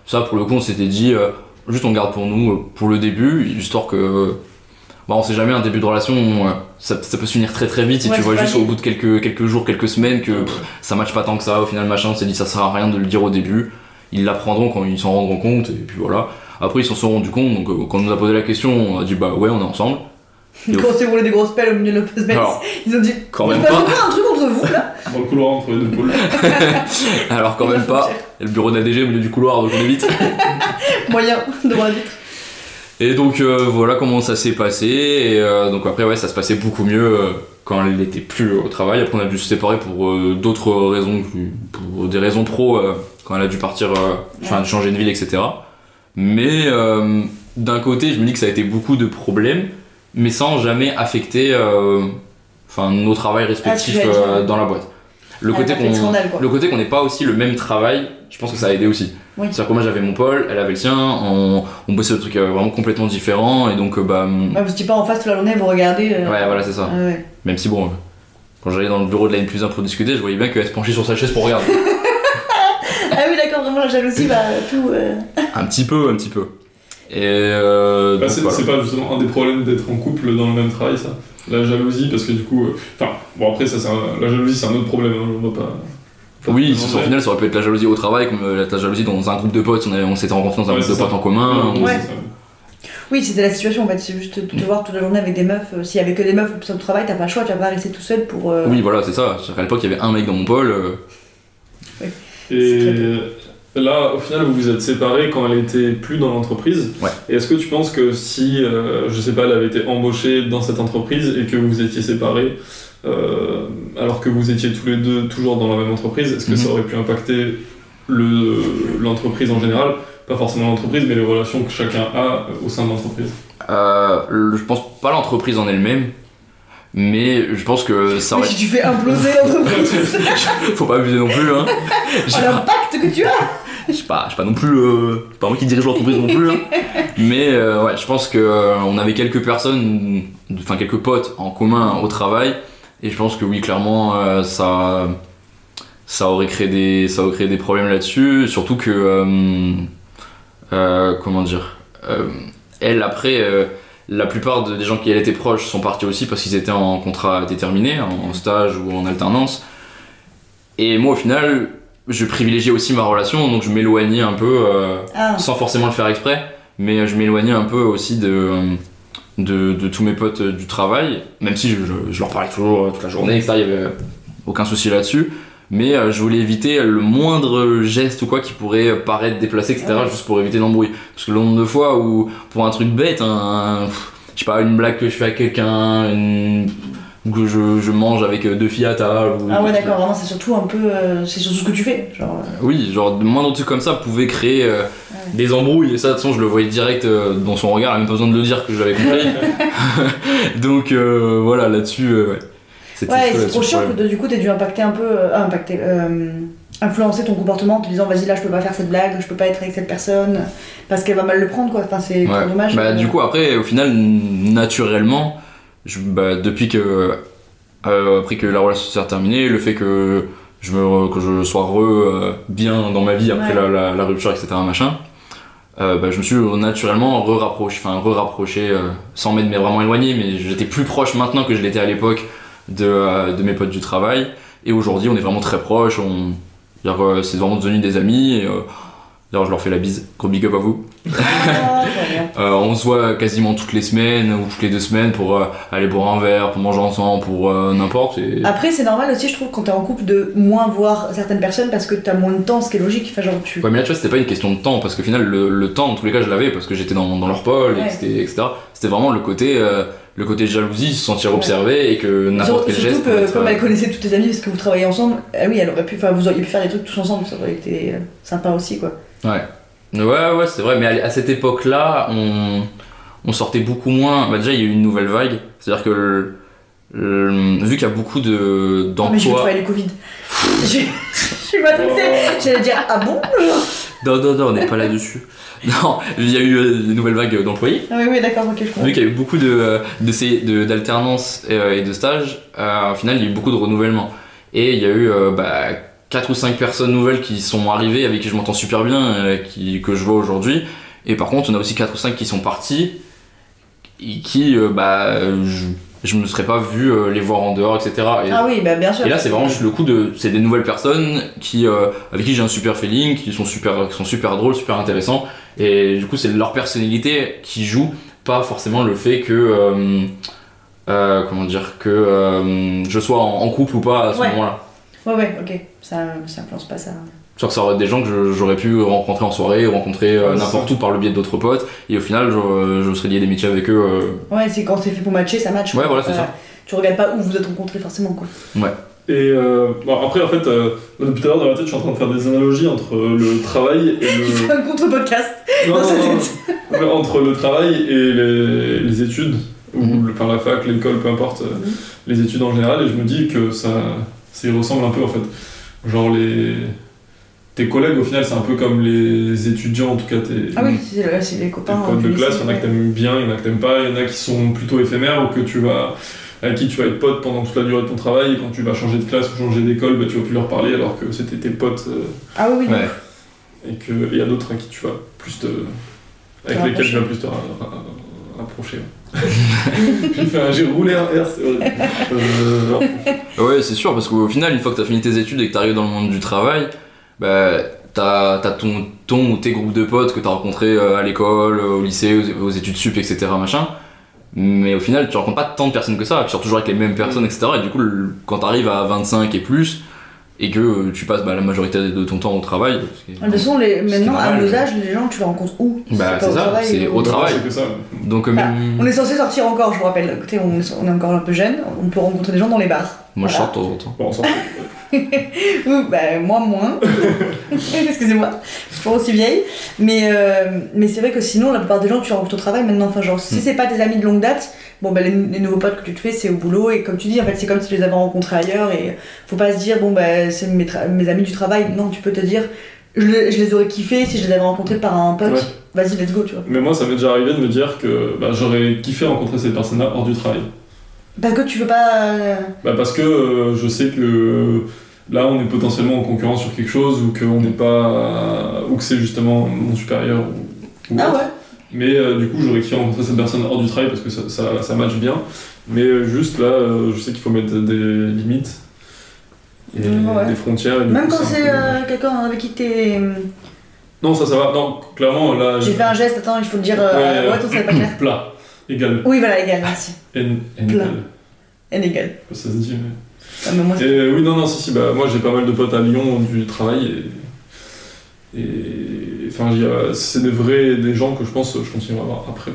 [SPEAKER 1] Ça, pour le coup, on s'était dit, euh, juste on garde pour nous, euh, pour le début, histoire que. euh, Bah, on sait jamais, un début de relation, euh, ça, ça peut se finir très très vite si
[SPEAKER 3] Ouais,
[SPEAKER 1] tu vois
[SPEAKER 3] c'est pas
[SPEAKER 1] juste au
[SPEAKER 3] vite.
[SPEAKER 1] bout de quelques, quelques jours, quelques semaines que pff, ça matche pas tant que ça. Au final, machin, on s'est dit, ça sert à rien de le dire au début. Ils l'apprendront quand ils s'en rendront compte, et puis voilà. Après, ils s'en sont rendus compte, donc euh, quand on nous a posé la question, on a dit, bah ouais, on est ensemble. Et au
[SPEAKER 3] Quand on s'est roulé des grosses pelles au milieu de l'open space,
[SPEAKER 1] Alors,
[SPEAKER 3] ils ont dit
[SPEAKER 1] quand même
[SPEAKER 3] Il passe
[SPEAKER 1] pas.
[SPEAKER 3] encore un truc entre vous là
[SPEAKER 4] Dans le couloir entre les deux pôles.
[SPEAKER 1] Alors quand
[SPEAKER 3] La
[SPEAKER 1] même pas,
[SPEAKER 3] frontière.
[SPEAKER 1] Et le bureau de la DG au milieu du couloir, donc on évite.
[SPEAKER 3] Moyen, droit vitre.
[SPEAKER 1] Et donc euh, voilà comment ça s'est passé. Et euh, donc après ouais, ça se passait beaucoup mieux euh, quand elle n'était plus au travail. Après on a dû se séparer pour euh, d'autres raisons, plus- pour des raisons pro euh, quand elle a dû partir, euh, enfin de changer de ville, etc. Mais euh, d'un côté, je me dis que ça a été beaucoup de problèmes, mais sans jamais affecter, euh, enfin nos travails respectifs
[SPEAKER 3] Ah, l'as dit,
[SPEAKER 1] euh,
[SPEAKER 3] ouais.
[SPEAKER 1] dans la boîte. Le
[SPEAKER 3] Ah,
[SPEAKER 1] côté
[SPEAKER 3] t'as fait le
[SPEAKER 1] qu'on
[SPEAKER 3] scandale, quoi.
[SPEAKER 1] le côté qu'on n'ait pas aussi le même travail, je pense que ça a aidé aussi.
[SPEAKER 3] Oui.
[SPEAKER 1] C'est-à-dire que moi j'avais mon pôle, elle avait le sien, on, on bossait le truc euh, vraiment complètement différent et donc euh, bah. hum,
[SPEAKER 3] Ouais, vous étiez pas en face toute la journée, vous regardez. euh,
[SPEAKER 1] Ouais, voilà, c'est ça.
[SPEAKER 3] ah ouais.
[SPEAKER 1] Même si bon, euh, quand j'allais dans le bureau de la N plus 1 pour discuter, je voyais bien qu'elle se penchait sur sa chaise pour regarder.
[SPEAKER 3] Ah oui, d'accord, vraiment la jalousie, bah tout. euh,
[SPEAKER 1] un petit peu, un petit peu. Et. euh,
[SPEAKER 4] Bah,
[SPEAKER 1] donc,
[SPEAKER 4] c'est
[SPEAKER 1] voilà.
[SPEAKER 4] c'est pas justement un des problèmes d'être en couple dans le même travail, ça. La jalousie, parce que du coup. euh, Enfin, bon, après, ça, c'est un- la jalousie, c'est un autre problème, hein, on va pas.
[SPEAKER 1] Oui,
[SPEAKER 4] c'est
[SPEAKER 1] au final, ça aurait pu être la jalousie au travail, comme euh, la jalousie dans un groupe de potes. On, avait- on s'était rencontrés dans un
[SPEAKER 4] Ouais,
[SPEAKER 1] groupe de
[SPEAKER 4] c'est ça.
[SPEAKER 1] potes en commun. on-
[SPEAKER 3] Ouais. Oui, c'était la situation en fait, c'est juste de te voir toute la journée avec des meufs. euh, S'il y avait que des meufs au travail, t'as pas le choix, tu vas pas rester tout seul pour. euh,
[SPEAKER 1] Oui, voilà, c'est ça. C'est-à-dire qu'à l'époque, il y avait un mec dans mon pôle. euh,
[SPEAKER 4] Et là, au final, vous vous êtes séparés quand elle était plus dans l'entreprise.
[SPEAKER 1] Ouais.
[SPEAKER 4] Et est-ce que tu penses que si, euh, je sais pas, elle avait été embauchée dans cette entreprise et que vous étiez séparés, euh, alors que vous étiez tous les deux toujours dans la même entreprise, est-ce que
[SPEAKER 1] Mhm.
[SPEAKER 4] ça aurait pu impacter le- l'entreprise en général Pas forcément l'entreprise, mais les relations que chacun a au sein de l'entreprise.
[SPEAKER 1] euh, le- je pense pas l'entreprise en elle-même, mais je pense que ça
[SPEAKER 3] Mais
[SPEAKER 1] aurait
[SPEAKER 3] si tu fais imploser l'entreprise,
[SPEAKER 1] Faut pas abuser non plus, hein. Je
[SPEAKER 3] oh,
[SPEAKER 1] sais pas,
[SPEAKER 3] l'impact que tu as
[SPEAKER 1] je sais pas, je sais pas non plus, euh, c'est pas moi qui dirige l'entreprise non plus, hein. Mais euh, ouais, je pense que euh, on avait quelques personnes, enfin quelques potes en commun au travail, et je pense que oui, clairement, euh, ça, ça aurait créé des, ça aurait créé des problèmes là-dessus, surtout que, euh, euh, comment dire, euh, elle après. euh, la plupart de- des gens qui elle était proche sont partis aussi parce qu'ils étaient en contrat déterminé, en en stage ou en alternance. Et moi, au final, je privilégiais aussi ma relation, donc je m'éloignais un peu, euh,
[SPEAKER 3] Ah,
[SPEAKER 1] sans forcément le faire exprès, mais euh, je m'éloignais un peu aussi de, euh, de, de tous mes potes euh, du travail, même si je, je- je leur parlais toujours euh, toute la journée, etc. Il y avait euh, aucun souci là-dessus. Mais euh, je voulais éviter le moindre geste ou quoi qui pourrait euh, paraître déplacé, etc.
[SPEAKER 3] Ouais.
[SPEAKER 1] Juste pour éviter l'embrouille. Parce que le nombre de fois où, pour un truc bête, un, un- pff, je sais pas, une blague que je fais à quelqu'un, une- ou que je, je mange avec euh, deux filles à table. ou-
[SPEAKER 3] ah ouais, d'accord, vraiment, c'est surtout un peu. euh, c'est surtout ce que tu fais. Genre, euh,
[SPEAKER 1] oui, genre de moindres trucs comme ça pouvaient créer euh, des embrouilles. Et ça, de toute façon, je le voyais direct euh, dans son regard, elle a même pas besoin de le dire que je l'avais compris. Donc euh, voilà, là-dessus, euh, ouais. C'était
[SPEAKER 3] Ouais,
[SPEAKER 1] chaud
[SPEAKER 3] et c'est
[SPEAKER 1] là-dessus,
[SPEAKER 3] trop
[SPEAKER 1] le
[SPEAKER 3] chiant que
[SPEAKER 1] problème.
[SPEAKER 3] de- du coup t'aies dû impacter un peu, euh, ah, impacter, euh, influencer ton comportement en te disant vas-y là je peux pas faire cette blague, je peux pas être avec cette personne parce qu'elle va mal le prendre quoi. Enfin c'est
[SPEAKER 1] Ouais.
[SPEAKER 3] trop dommage.
[SPEAKER 1] Bah, du coup, après, au final, naturellement, je- bah, depuis que. euh, après que la relation s'est terminée, le fait que je, me re- que je sois re euh, bien dans ma vie après
[SPEAKER 3] Ouais.
[SPEAKER 1] la, la- la rupture, etc., machin, euh, bah, je me suis naturellement re-rapproché, enfin re-rapproché, euh, sans m'être mais vraiment éloigné, mais j'étais plus proche maintenant que je l'étais à l'époque de, euh, de mes potes du travail. Et aujourd'hui, on est vraiment très proches, on. c'est-à-dire, euh, C'est vraiment devenu des amis. et, euh, D'ailleurs, je leur fais la bise. Gros big up à vous.
[SPEAKER 3] Ah, tout va bien.
[SPEAKER 1] Euh, on se voit quasiment toutes les semaines ou toutes les deux semaines pour euh, aller boire un verre, pour manger ensemble, pour euh, n'importe. et-
[SPEAKER 3] Après, c'est normal aussi, je trouve, quand t'es en couple, de moins voir certaines personnes parce que t'as moins de temps, ce qui est logique. Enfin, genre, tu.
[SPEAKER 1] Ouais, mais là, tu vois, c'était pas une question de temps, parce que final, le, le temps, en tous les cas, je l'avais, parce que j'étais dans, dans leur pôle, et
[SPEAKER 3] Ouais.
[SPEAKER 1] que c'était- etc. C'était vraiment le côté, euh, le côté jalousie, se sentir
[SPEAKER 3] Ouais.
[SPEAKER 1] observé, et que n'importe
[SPEAKER 3] Surtout
[SPEAKER 1] quel geste.
[SPEAKER 3] que,
[SPEAKER 1] pouvait être,
[SPEAKER 3] comme
[SPEAKER 1] euh,
[SPEAKER 3] elle connaissait toutes tes amies parce que vous travaillez ensemble, ah oui, elle aurait pu, enfin, vous auriez pu faire des trucs tous ensemble, ça aurait été euh, sympa aussi quoi.
[SPEAKER 1] Ouais, ouais, c'est vrai, mais à, à cette époque-là, on, on sortait beaucoup moins. Bah, déjà, il y a eu une nouvelle vague, c'est-à-dire que le- le- vu qu'il y a beaucoup de-
[SPEAKER 3] Ah, mais je vais
[SPEAKER 1] d'emplois.
[SPEAKER 3] travailler le Covid. je je suis
[SPEAKER 1] Oh.
[SPEAKER 3] matrixée. J'allais dire, ah bon
[SPEAKER 1] non, non, non, on n'est pas là-dessus. Non, il y a eu euh, une nouvelle vague d'employés.
[SPEAKER 3] Ah oui, oui, d'accord, ok, je comprends.
[SPEAKER 1] Vu qu'il y a eu beaucoup de, euh, de ces- de- d'alternances et, euh, et de stages, euh, au final, il y a eu beaucoup de renouvellement. Et il y a eu euh, bah, 4 ou 5 personnes nouvelles qui sont arrivées, avec qui je m'entends super bien, euh, qui, que je vois aujourd'hui. Et par contre, on a aussi 4 ou 5 qui sont partis, et qui, euh, bah, euh, je, je me serais pas vu euh, les voir en dehors, etc. Et,
[SPEAKER 3] Ah oui, bah bien sûr.
[SPEAKER 1] et là, c'est vraiment juste le coup de. C'est des nouvelles personnes qui, euh, avec qui j'ai un super feeling, qui sont super, qui sont super drôles, super intéressants. Et du coup, c'est leur personnalité qui joue, pas forcément le fait que. euh, euh, comment dire Que euh, je sois en, en couple ou pas à ce
[SPEAKER 3] Ouais.
[SPEAKER 1] moment-là.
[SPEAKER 3] Ouais, ouais, ok, ça, ça influence pas ça.
[SPEAKER 1] Genre, ça aurait été des gens que je- j'aurais pu rencontrer en soirée, rencontrer euh,
[SPEAKER 4] Ouais, c'est
[SPEAKER 1] n'importe où par le biais d'autres potes, et au final, je, je serais lié d'amitié avec eux. euh,
[SPEAKER 3] Ouais, c'est quand c'est fait pour matcher, ça match.
[SPEAKER 1] Ouais,
[SPEAKER 3] quoi.
[SPEAKER 1] voilà, c'est ça.
[SPEAKER 3] Tu regardes pas où vous êtes rencontrés forcément quoi.
[SPEAKER 4] Et euh, bon, après, en fait, euh, depuis tout à l'heure dans la tête, je suis en train de faire des analogies entre euh, le travail et
[SPEAKER 1] Mmh.
[SPEAKER 3] Il fait
[SPEAKER 4] le.
[SPEAKER 3] un contre-podcast.
[SPEAKER 4] Non,
[SPEAKER 3] dans
[SPEAKER 4] non,
[SPEAKER 3] sa
[SPEAKER 4] non, non. Ouais, entre le travail et les, les études, ou
[SPEAKER 1] Mhm.
[SPEAKER 4] le- par la fac, l'école, peu importe, euh,
[SPEAKER 3] Mhm.
[SPEAKER 4] les études en général, et je me dis que ça, ça y ressemble un peu en fait. Genre les. Tes collègues, au final, c'est un peu comme les étudiants, en tout cas tes,
[SPEAKER 3] Ah
[SPEAKER 1] Mmh.
[SPEAKER 3] oui, c'est là, c'est les
[SPEAKER 4] tes
[SPEAKER 3] copains.
[SPEAKER 4] potes
[SPEAKER 3] du
[SPEAKER 4] de
[SPEAKER 3] lycée,
[SPEAKER 4] classe, il y en a
[SPEAKER 3] ouais.
[SPEAKER 4] que t'aimes bien, il y en a que t'aimes pas, il y en a qui sont plutôt éphémères ou que tu vas, à qui tu vas être pote pendant toute la durée de ton travail, et quand tu vas changer de classe ou changer d'école, bah, tu vas plus leur parler alors que c'était tes potes, euh,
[SPEAKER 3] Ah oui, oui.
[SPEAKER 1] Ouais.
[SPEAKER 4] et qu'il y a d'autres à qui tu vas plus te. avec
[SPEAKER 3] Te
[SPEAKER 4] lesquels tu
[SPEAKER 3] rapprocher.
[SPEAKER 4] vas plus te ra- ra- rapprocher. j'ai, fait un- j'ai roulé un R, c'est horrible. Euh, non.
[SPEAKER 1] Ouais, c'est sûr, parce qu'au final, une fois que t'as fini tes études et que t'arrives dans le monde du travail, bah, t'as t'as ton, ton ou tes groupes de potes que t'as rencontrés euh, à l'école, euh, au lycée, aux, aux études sup, etc. Machin. Mais au final, tu rencontres pas tant de personnes que ça, tu sors toujours avec les mêmes personnes, etc. Et du coup, le- quand t'arrives à 25 et plus, et que euh, tu passes bah, la majorité de ton temps au travail. parce que-
[SPEAKER 3] De toute façon, les-
[SPEAKER 1] Ce qui est
[SPEAKER 3] maintenant, à
[SPEAKER 1] normal.
[SPEAKER 3] nos âges, les gens, tu les rencontres où
[SPEAKER 1] Bah,
[SPEAKER 3] pas
[SPEAKER 1] c'est ça, c'est
[SPEAKER 3] ou-
[SPEAKER 1] au travail.
[SPEAKER 4] C'est que ça.
[SPEAKER 1] donc, euh,
[SPEAKER 3] Bah,
[SPEAKER 1] même-
[SPEAKER 3] On est censé sortir encore, je vous rappelle. Écoutez, on est, on est encore un peu jeune, on peut rencontrer des gens dans les bars.
[SPEAKER 1] moi je sors
[SPEAKER 3] Voilà.
[SPEAKER 1] de temps en temps.
[SPEAKER 4] Bon, on s'en fout.
[SPEAKER 3] Oui, bah, moi moins. Excusez-moi, je suis toujours aussi vieille. Mais, euh, mais c'est vrai que sinon, la plupart des gens, tu les rencontres au travail maintenant. Enfin, genre, si
[SPEAKER 4] Hmm.
[SPEAKER 1] Mm.
[SPEAKER 3] c'est pas tes amis de longue date, bon, bah, les, les nouveaux potes que tu te fais, c'est au boulot. Et comme tu dis, en fait, c'est comme si tu les avais rencontrés ailleurs. Et faut pas se dire, bon, bah, c'est mes, tra- mes amis du travail. Non, tu peux te dire, je, le- je les aurais kiffés si je les avais rencontrés par un pote.
[SPEAKER 4] Ouais.
[SPEAKER 3] Vas-y, let's go, tu vois.
[SPEAKER 4] Mais moi, ça m'est déjà arrivé de me dire que bah, j'aurais kiffé rencontrer ces personnes-là hors du travail.
[SPEAKER 3] Parce que tu veux pas. euh,
[SPEAKER 4] Bah parce que euh, je sais que euh, là on est potentiellement en concurrence sur quelque chose ou qu'on n'est pas ou que c'est justement mon supérieur ou, ou
[SPEAKER 3] Ah
[SPEAKER 4] autre.
[SPEAKER 3] ouais
[SPEAKER 4] mais euh, du coup j'aurais kiffé rencontrer cette personne hors du travail parce que ça, ça, ça match bien mais euh, juste là euh, je sais qu'il faut mettre des limites et
[SPEAKER 3] Mmh, Ouais.
[SPEAKER 4] des frontières et du
[SPEAKER 3] Même
[SPEAKER 4] coup,
[SPEAKER 3] quand
[SPEAKER 4] un
[SPEAKER 3] c'est
[SPEAKER 4] peu-
[SPEAKER 3] euh, quelqu'un avec qui t'es.
[SPEAKER 4] non ça ça va non clairement là
[SPEAKER 3] J'ai fait un geste, attends, il faut le dire. euh,
[SPEAKER 4] Ah, Ouais,
[SPEAKER 3] ouais, attends, ça va pas clair.
[SPEAKER 4] plat égal
[SPEAKER 3] Oui, voilà, égal, merci.
[SPEAKER 4] N, N,
[SPEAKER 3] Plat.
[SPEAKER 4] L.
[SPEAKER 3] Elle est égale.
[SPEAKER 4] ça se dit mais
[SPEAKER 3] Ah, mais moi, c'est-
[SPEAKER 4] Et euh, oui, non, non, si, si, bah, moi j'ai pas mal de potes à Lyon du travail et. et- Enfin, il y a- c'est des vrais des gens que je pense que je continuerai à voir après.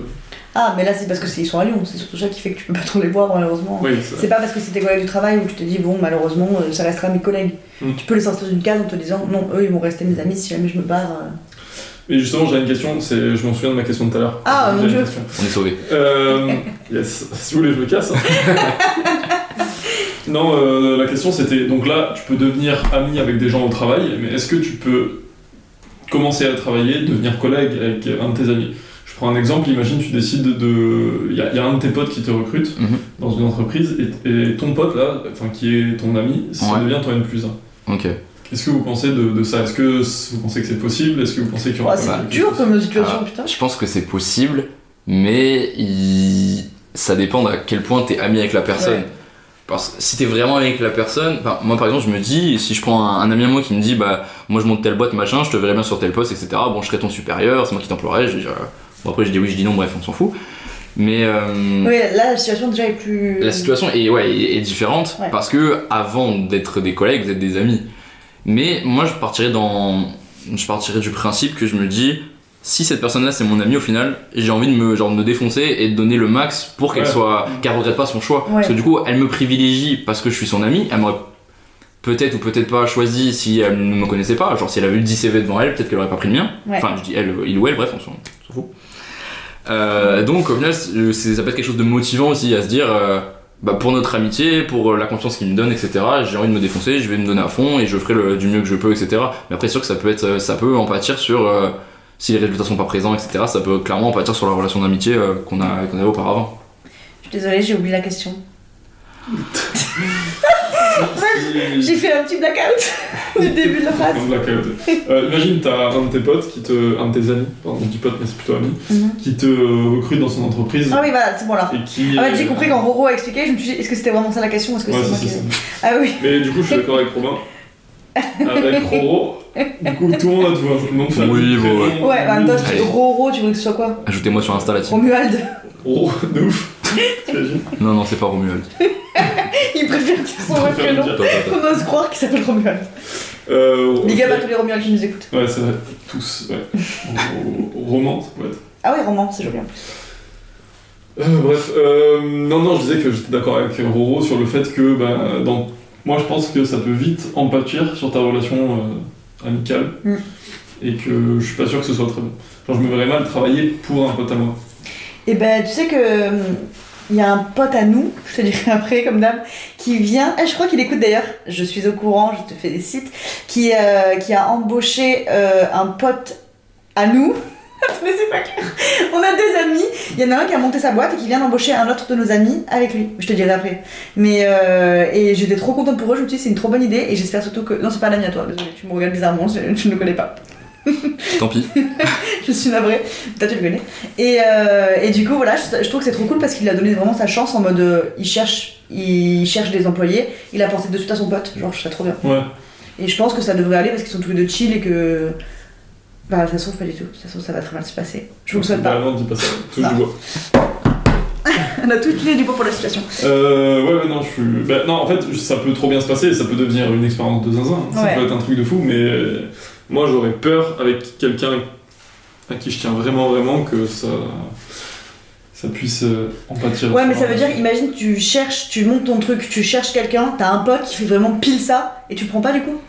[SPEAKER 3] Ah, mais là, c'est parce que c'est- ils sont à Lyon, c'est surtout ça qui fait que tu peux pas trop les voir, malheureusement.
[SPEAKER 4] Oui, ça-
[SPEAKER 3] C'est pas parce que c'est tes collègues du travail où tu te dis, bon, malheureusement, euh, ça restera mes collègues.
[SPEAKER 4] Mm.
[SPEAKER 3] Tu peux les sortir d'une case en te disant, non, eux, ils vont rester mes amis si jamais je me barre. euh.
[SPEAKER 4] Et justement, j'ai une question, c'est... je m'en souviens de ma question de tout à l'heure.
[SPEAKER 3] Ah,
[SPEAKER 4] J'ai
[SPEAKER 3] mon
[SPEAKER 4] une
[SPEAKER 3] Dieu.
[SPEAKER 4] question.
[SPEAKER 1] On est sauvés.
[SPEAKER 4] Euh, yes, si vous voulez, je me casse. hein. non, euh, la question c'était donc là, tu peux devenir ami avec des gens au travail, mais est-ce que tu peux commencer à travailler, devenir collègue avec un de tes amis Je prends un exemple, imagine, tu décides de. Il y, a- il y a un de tes potes qui te recrute
[SPEAKER 1] Mhm.
[SPEAKER 4] dans une entreprise, et, et ton pote là, enfin qui est ton ami, ça
[SPEAKER 1] Ouais.
[SPEAKER 4] devient ton N plus 1.
[SPEAKER 1] Ok.
[SPEAKER 4] Qu'est-ce que vous pensez de, de ça Est-ce que c- vous pensez que c'est possible Est-ce que vous pensez qu'il y aura.
[SPEAKER 3] Ah, c'est
[SPEAKER 1] bah,
[SPEAKER 3] dur comme situation,
[SPEAKER 1] Ah,
[SPEAKER 3] putain.
[SPEAKER 1] Je pense que c'est possible, mais il- ça dépend à quel point t'es ami avec la personne. Parce que si t'es vraiment avec la personne, enfin, moi par exemple, je me dis, si je prends un, un ami à moi qui me dit, bah, moi je monte telle boîte, machin, je te verrai bien sur tel poste, etc. Bon, je serai ton supérieur, c'est moi qui t'emploierai. Je dis, euh, Bon, après, je dis oui, je dis non, bref, on s'en fout. Mais euh,
[SPEAKER 3] Oui, là, la situation déjà est plus.
[SPEAKER 1] la situation est, ouais, est, est différente
[SPEAKER 3] Euh, Ouais.
[SPEAKER 1] parce que avant d'être des collègues, vous êtes des amis. Mais moi, je partirais dans, je partirais du principe que je me dis, si cette personne-là c'est mon ami au final, j'ai envie de me, genre, de me défoncer et de donner le max pour qu'elle
[SPEAKER 4] Ouais.
[SPEAKER 1] soit, qu'elle regrette pas son choix.
[SPEAKER 3] Ouais.
[SPEAKER 1] Parce que du coup, elle me privilégie parce que je suis son ami. Elle m'aurait peut-être ou peut-être pas choisi si elle ne me connaissait pas. Genre, si elle avait eu 10 CV devant elle, peut-être qu'elle aurait pas pris le mien.
[SPEAKER 3] Ouais.
[SPEAKER 1] Enfin, je dis elle, il ou elle, bref, on s'en on s'en fout. Euh, donc au final, c'est- euh, c'est- ça peut être quelque chose de motivant aussi à se dire, euh, bah, pour notre amitié, pour euh, la confiance qu'il me donne, etc. J'ai envie de me défoncer, je vais me donner à fond et je ferai le, du mieux que je peux, etc. Mais après, c'est sûr que ça peut être, euh, ça peut en pâtir sur euh, si les résultats sont pas présents, etc. Ça peut clairement en pâtir sur la relation d'amitié euh, qu'on a qu'on avait auparavant.
[SPEAKER 3] Je suis désolée, j'ai oublié la question. J'ai fait un petit blackout du début de la phrase.
[SPEAKER 4] Un blackout. Euh, imagine, t'as un de tes potes qui te. Un de tes amis, pardon, du pote, mais c'est plutôt ami,
[SPEAKER 3] Mhm.
[SPEAKER 4] qui te euh, recrute dans son entreprise.
[SPEAKER 3] Ah oui, voilà, c'est bon alors.
[SPEAKER 4] Et qui. euh,
[SPEAKER 3] Ah ouais, j'ai compris quand Roro a expliqué, je me suis dit, est-ce que c'était vraiment ça la question ou Est-ce que
[SPEAKER 4] Ouais,
[SPEAKER 3] c'est
[SPEAKER 4] si,
[SPEAKER 3] moi
[SPEAKER 4] si,
[SPEAKER 3] qui.
[SPEAKER 4] si.
[SPEAKER 3] Ah oui,
[SPEAKER 4] Mais du coup, je suis d'accord avec Robin. Avec Roro. Du coup, tout le monde a tout un nom de famille.
[SPEAKER 1] Oui, bon, ouais.
[SPEAKER 4] prénom,
[SPEAKER 3] ouais, bah, en même temps, je dis
[SPEAKER 1] Allez.
[SPEAKER 3] Roro, tu voulais que ce soit quoi
[SPEAKER 1] Ajoutez-moi sur Insta là-dessus.
[SPEAKER 3] Romuald.
[SPEAKER 4] Roro, de ouf. T'imagines
[SPEAKER 1] Non, non, c'est pas Romuald.
[SPEAKER 3] Il préfère dire son vrai
[SPEAKER 4] Préfère le
[SPEAKER 3] prénom
[SPEAKER 4] dire.
[SPEAKER 1] Attends, attends,
[SPEAKER 3] qu'on ose croire qu'il s'appelle Romuald.
[SPEAKER 4] Euh,
[SPEAKER 3] Big up à tous les Romuald qui nous écoutent.
[SPEAKER 4] Ouais, c'est vrai. Tous, ouais. Ro- Roman, ça peut être.
[SPEAKER 3] Ah oui, Roman, c'est joli en plus.
[SPEAKER 4] Euh, bref, euh, non, non, je disais que j'étais d'accord avec Roro sur le fait que, bah, dans... moi je pense que ça peut vite en pâtir sur ta relation euh, amicale
[SPEAKER 3] Mm.
[SPEAKER 4] et que je suis pas sûr que ce soit très bon. Genre, je me verrais mal travailler pour un pote à moi.
[SPEAKER 3] Et ben, tu sais que. hum, Il y a un pote à nous, je te dirai après comme d'hab, qui vient, eh, je crois qu'il écoute d'ailleurs, je suis au courant, je te fais des sites, qui, euh, qui a embauché euh, un pote à nous. Mais c'est pas clair. On a deux amis. Il y en a un qui a monté sa boîte et qui vient d'embaucher un autre de nos amis avec lui. Je te dirai après. Mais euh, et j'étais trop contente pour eux. Je me suis dit c'est une trop bonne idée et j'espère surtout que non c'est pas l'ami à toi. Désolée, tu me regardes bizarrement. Je, je ne le connais pas.
[SPEAKER 1] Tant pis.
[SPEAKER 3] Je suis navrée. Toi tu le connais. Et, euh, et du coup voilà, je, je trouve que c'est trop cool parce qu'il a donné vraiment sa chance en mode euh, il cherche il cherche des employés. Il a pensé de suite à son pote. Genre je serais trop bien.
[SPEAKER 4] Ouais.
[SPEAKER 3] Et je pense que ça devrait aller parce qu'ils sont tous les deux chill et que. Bah, ça se trouve pas du tout. Ça se trouve, ça va très mal se passer. Je vous le souhaite
[SPEAKER 4] Bah,
[SPEAKER 3] pas.
[SPEAKER 4] non, dis pas ça. Touche
[SPEAKER 3] Ah.
[SPEAKER 4] du bois.
[SPEAKER 3] On a toutes les du bon pour la situation.
[SPEAKER 4] Euh, ouais, ouais, non, je suis. bah, non, en fait, ça peut trop bien se passer, ça peut devenir une expérience de zinzin, hein. ça
[SPEAKER 3] Ouais.
[SPEAKER 4] peut être un truc de fou, mais euh, moi j'aurais peur avec quelqu'un à qui je tiens vraiment, vraiment que ça. ça puisse euh, en pâtir.
[SPEAKER 3] Ouais, mais ça veut dire, imagine, tu cherches, tu montes ton truc, tu cherches quelqu'un, t'as un pote qui fait vraiment pile ça et tu le prends pas du coup.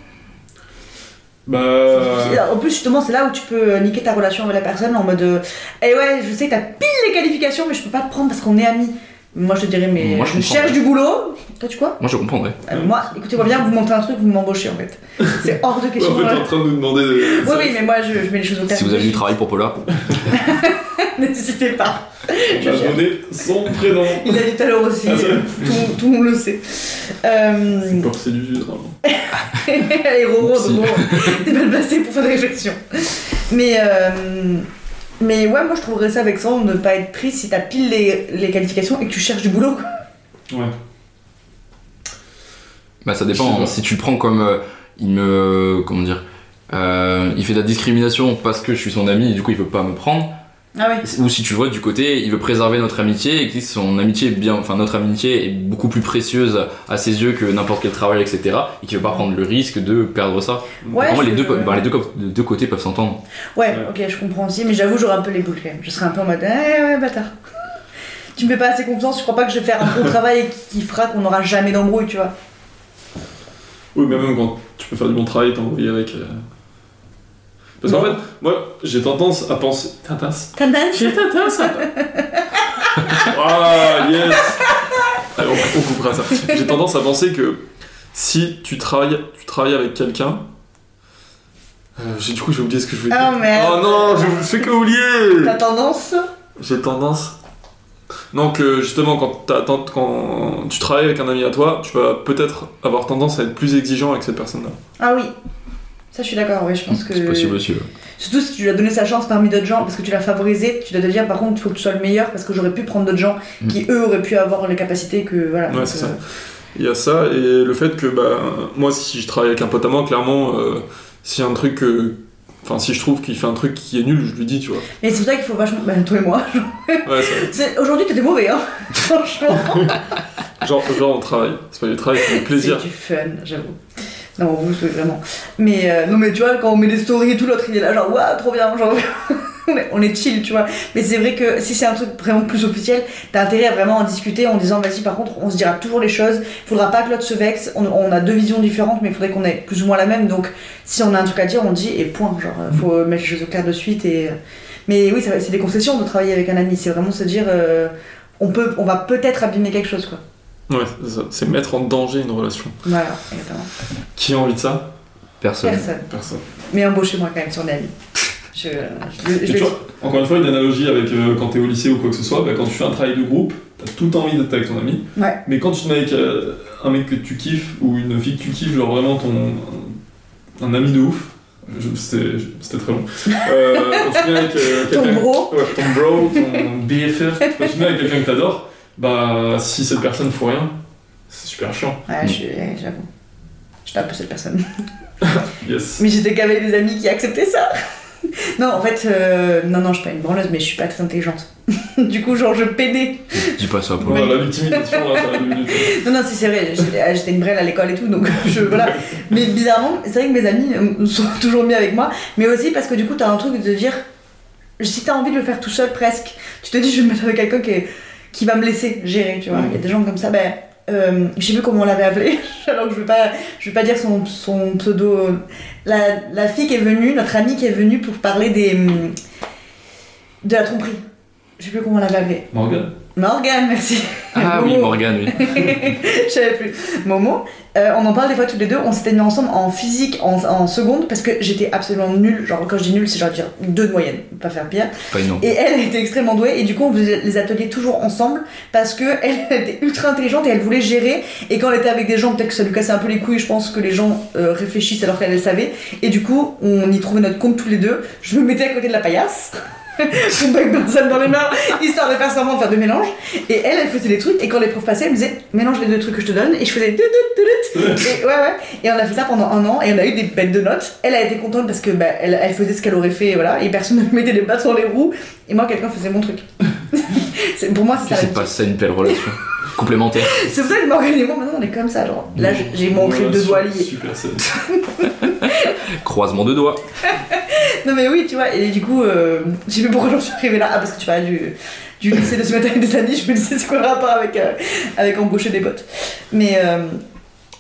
[SPEAKER 4] Bah.
[SPEAKER 3] Euh, En plus, justement, c'est là où tu peux euh, niquer ta relation avec la personne en mode. euh, Eh ouais, je sais que t'as pile les qualifications, mais je peux pas te prendre parce qu'on est amis. Moi, je te dirais, mais
[SPEAKER 1] Moi, je
[SPEAKER 3] je,
[SPEAKER 1] comprends,
[SPEAKER 3] cherche
[SPEAKER 1] ouais.
[SPEAKER 3] du boulot. Toi, tu quoi
[SPEAKER 1] Moi, je comprendrais.
[SPEAKER 3] Euh, Moi, écoutez-moi bien, vous montez un truc, vous m'embauchez en fait. C'est hors de
[SPEAKER 4] Ouais,
[SPEAKER 3] question.
[SPEAKER 4] en fait, t'es en train de nous demander. de-
[SPEAKER 3] Oui, oui, mais moi, je, je mets les choses au clair.
[SPEAKER 1] Si vous avez du travail pour Paula,
[SPEAKER 3] N'hésitez pas.
[SPEAKER 4] On a donné son prénom.
[SPEAKER 3] Il l'a dit tout à l'heure aussi, euh,
[SPEAKER 4] Ah, c'est vrai
[SPEAKER 3] tout, tout le monde le sait. Euh,
[SPEAKER 4] C'est pas c'est du jus, vraiment.
[SPEAKER 3] et Roro,
[SPEAKER 1] Oupsie.
[SPEAKER 3] donc bon, t'es mal placé pour faire des réflexions. Mais, euh, mais ouais, moi je trouverais ça vexant de ne pas être pris si t'as pile les, les qualifications et que tu cherches du boulot. quoi.
[SPEAKER 4] Ouais.
[SPEAKER 1] Bah ça
[SPEAKER 4] Je sais
[SPEAKER 1] dépend.
[SPEAKER 4] pas.
[SPEAKER 1] Si tu le prends comme euh, il me comment dire, euh, il fait de la discrimination parce que je suis son ami et du coup il peut pas me prendre.
[SPEAKER 3] Ah ouais.
[SPEAKER 1] Ou si tu le vois du côté, il veut préserver notre amitié et que son amitié est bien, enfin notre amitié est beaucoup plus précieuse à ses yeux que n'importe quel travail, etc. Et qu'il veut pas prendre le risque de perdre ça.
[SPEAKER 3] Ouais,
[SPEAKER 1] Vraiment, les
[SPEAKER 3] je-
[SPEAKER 1] deux, co- bah, les deux, co- les deux côtés peuvent s'entendre.
[SPEAKER 3] Ouais, ok, je comprends aussi, mais j'avoue, j'aurais un peu les boules quand même. Je serais un peu en mode, eh ouais, bâtard. Tu me fais pas assez confiance, je crois pas que je vais faire un bon travail qui, qui fera qu'on n'aura jamais d'embrouille, tu vois.
[SPEAKER 4] Oui, mais même quand tu peux faire du bon travail, t'embrouiller avec. euh, Parce qu'en fait, moi, j'ai tendance à penser. Tendance
[SPEAKER 3] Tendance
[SPEAKER 4] Ah yes Allez, on, on coupera ça. J'ai tendance à penser que si tu travailles, tu travailles avec quelqu'un. Euh, j'ai- du coup, j'ai oublié ce que je voulais dire.
[SPEAKER 3] Oh, merde.
[SPEAKER 4] Oh non, je je fais que
[SPEAKER 3] T'as
[SPEAKER 4] oublier
[SPEAKER 3] tendance
[SPEAKER 4] J'ai tendance. Donc, euh, justement, quand, t'as- t'as- quand tu travailles avec un ami à toi, tu vas peut-être avoir tendance à être plus exigeant avec cette personne-là.
[SPEAKER 3] Ah oui. Ça, je suis d'accord, ouais, je pense que.
[SPEAKER 1] Hmm, C'est possible aussi. ouais.
[SPEAKER 3] Surtout si tu lui as donné sa chance parmi d'autres gens, parce que tu l'as favorisé, tu dois te dire par contre, il faut que tu sois le meilleur, parce que j'aurais pu prendre d'autres gens qui eux auraient pu avoir les capacités que. Voilà.
[SPEAKER 4] Mm. Ouais,
[SPEAKER 3] donc,
[SPEAKER 4] c'est ça.
[SPEAKER 3] euh,
[SPEAKER 4] Il y a ça, et le fait que bah, moi, si je travaille avec un pote à moi, clairement, euh, si un truc. euh, Enfin, si je trouve qu'il fait un truc qui est nul, je lui dis, tu vois.
[SPEAKER 3] Mais c'est pour ça qu'il faut vachement. Ben, toi et moi.
[SPEAKER 4] Ouais, ça-
[SPEAKER 3] C'est- Aujourd'hui, t'étais mauvais, hein. Franchement.
[SPEAKER 4] genre, genre, on travaille. C'est pas du travail, c'est du plaisir.
[SPEAKER 3] C'est du fun, j'avoue. Non, vous, c'est vraiment. Mais euh, non, mais tu vois, quand on met des stories et tout, l'autre il est là, genre, waouh, trop bien, genre. on est- on est chill, tu vois. Mais c'est vrai que si c'est un truc vraiment plus officiel, t'as intérêt à vraiment en discuter en disant, vas-y, par contre, on se dira toujours les choses. Faudra pas que l'autre se vexe. On, on a deux visions différentes, mais il faudrait qu'on ait plus ou moins la même. Donc, si on a un truc à dire, on dit et point. Genre, euh, faut mettre les choses au clair de suite. Et... euh. Mais oui, ça va- c'est des concessions de travailler avec un ami. C'est vraiment se dire, euh, on, peut, on va peut-être abîmer quelque chose, quoi.
[SPEAKER 4] Ouais, c'est ça. C'est mettre en danger une relation.
[SPEAKER 3] Voilà, exactement.
[SPEAKER 4] Qui a envie de ça
[SPEAKER 1] Personne.
[SPEAKER 3] Personne.
[SPEAKER 4] Personne.
[SPEAKER 3] Mais embauchez-moi quand même sur la vie. Je, je, je-
[SPEAKER 4] Et tu vois, encore une fois, une analogie avec euh, quand t'es au lycée ou quoi que ce soit, bah, quand tu fais un travail de groupe, t'as tout le temps envie d'être avec ton ami.
[SPEAKER 3] Ouais.
[SPEAKER 4] Mais quand tu te mets avec euh, un mec que tu kiffes ou une fille que tu kiffes, genre vraiment ton. un, un ami de ouf, je- c'était je- c'était très long. Euh, quand tu te mets avec euh,
[SPEAKER 3] Ton
[SPEAKER 4] quelqu'un-
[SPEAKER 3] bro,
[SPEAKER 4] Ouais, ton bro, ton BFF, quand tu te mets avec quelqu'un que t'adores, bah si cette personne fout rien, c'est super chiant.
[SPEAKER 3] ouais, je suis- eh, j'avoue. J'étais un peu cette personne.
[SPEAKER 4] Yes.
[SPEAKER 3] Mais j'étais qu'avec des amis qui acceptaient ça. Non, en fait, euh, non, non, je suis pas une branleuse, mais je suis pas très intelligente. du coup, genre, je peinais.
[SPEAKER 1] Dis pas ça, Paul.
[SPEAKER 4] Voilà, la victimisation, là, ça a deux minutes.
[SPEAKER 3] Non, non, si c'est vrai, j'étais ah, j'étais une brêle à l'école et tout, donc je. Voilà. Mais bizarrement, c'est vrai que mes amis euh, sont toujours mis avec moi, mais aussi parce que du coup, t'as un truc de dire. Si t'as envie de le faire tout seul presque, tu te dis, je vais me mettre avec quelqu'un qui, est- qui va me laisser gérer, tu vois. Il y a des gens comme ça, ben. Euh, je sais plus comment on l'avait appelé, alors que je veux pas, je veux pas dire son, son pseudo. La, la fille qui est venue, notre amie qui est venue pour parler des. hum, de la tromperie. Je sais plus comment on l'avait appelé.
[SPEAKER 4] Morgane
[SPEAKER 3] Morgane, merci.
[SPEAKER 1] Ah oui, Morgane, oui.
[SPEAKER 3] Je savais plus. Momo, euh, on en parle des fois tous les deux. On s'était mis ensemble en physique en, en seconde parce que j'étais absolument nulle. Genre, quand je dis nulle, c'est genre dire deux de moyenne, pas faire pire.
[SPEAKER 1] Pas non.
[SPEAKER 3] Et elle était extrêmement douée et du coup on faisait les ateliers toujours ensemble parce que elle était ultra intelligente et elle voulait gérer et quand elle était avec des gens peut-être que ça lui cassait un peu les couilles je pense que les gens euh, réfléchissent alors qu'elle le savait et du coup on y trouvait notre compte tous les deux je me mettais à côté de la paillasse pour me mettre personne dans les mains histoire de faire semblant de faire deux mélanges et elle elle faisait des trucs et quand les profs passaient elle me disait mélange les deux trucs que je te donne et je faisais tout, tout, tout, tout. et ouais ouais et on a fait ça pendant un an et on a eu des bêtes de notes elle a été contente parce que bah, elle, elle faisait ce qu'elle aurait fait voilà et personne ne lui mettait les bâtons dans les roues et moi, quelqu'un faisait mon truc. C'est- pour moi, c'est ça.
[SPEAKER 1] C'est pas ça une belle relation. Complémentaire.
[SPEAKER 3] C'est pour ça que Morgane et moi, maintenant, on est comme ça. Genre, là, j'ai- j'ai mon
[SPEAKER 4] Voilà,
[SPEAKER 3] truc de doigts
[SPEAKER 4] super-
[SPEAKER 3] liés.
[SPEAKER 4] Super, c'est-
[SPEAKER 1] Croisement de doigts.
[SPEAKER 3] Non, mais oui, tu vois. Et du coup, euh, je sais plus pourquoi j'en suis arrivée là. Ah, parce que tu parlais du, du lycée de ce matin avec des amis. Je me disais, c'est quoi le rapport avec, euh, avec embaucher des potes Mais. euh,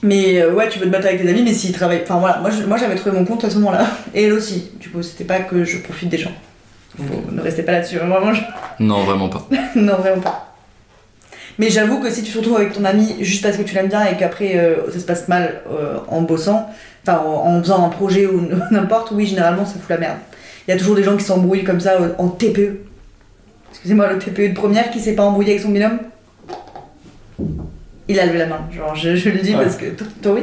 [SPEAKER 3] mais euh, ouais, tu veux te battre avec tes amis, mais s'ils travaillent. Enfin voilà, moi je- moi, j'avais trouvé mon compte à ce moment-là. Et elle aussi. Du coup, c'était pas que je profite des gens. Faut- ne restez pas là-dessus. hein, Vraiment, je-
[SPEAKER 1] Non, vraiment pas.
[SPEAKER 3] Non, vraiment pas. Mais j'avoue que si tu te retrouves avec ton ami juste parce que tu l'aimes bien et qu'après euh, ça se passe mal euh, en bossant, enfin en- en faisant un projet ou n- n'importe, oui, généralement ça fout la merde. Il y a toujours des gens qui s'embrouillent comme ça euh, en TPE. Excusez-moi, le TPE de première qui s'est pas embrouillé avec son binôme Il a levé la main, genre je, je le dis
[SPEAKER 4] Ouais.
[SPEAKER 3] parce que. Toi, toi, oui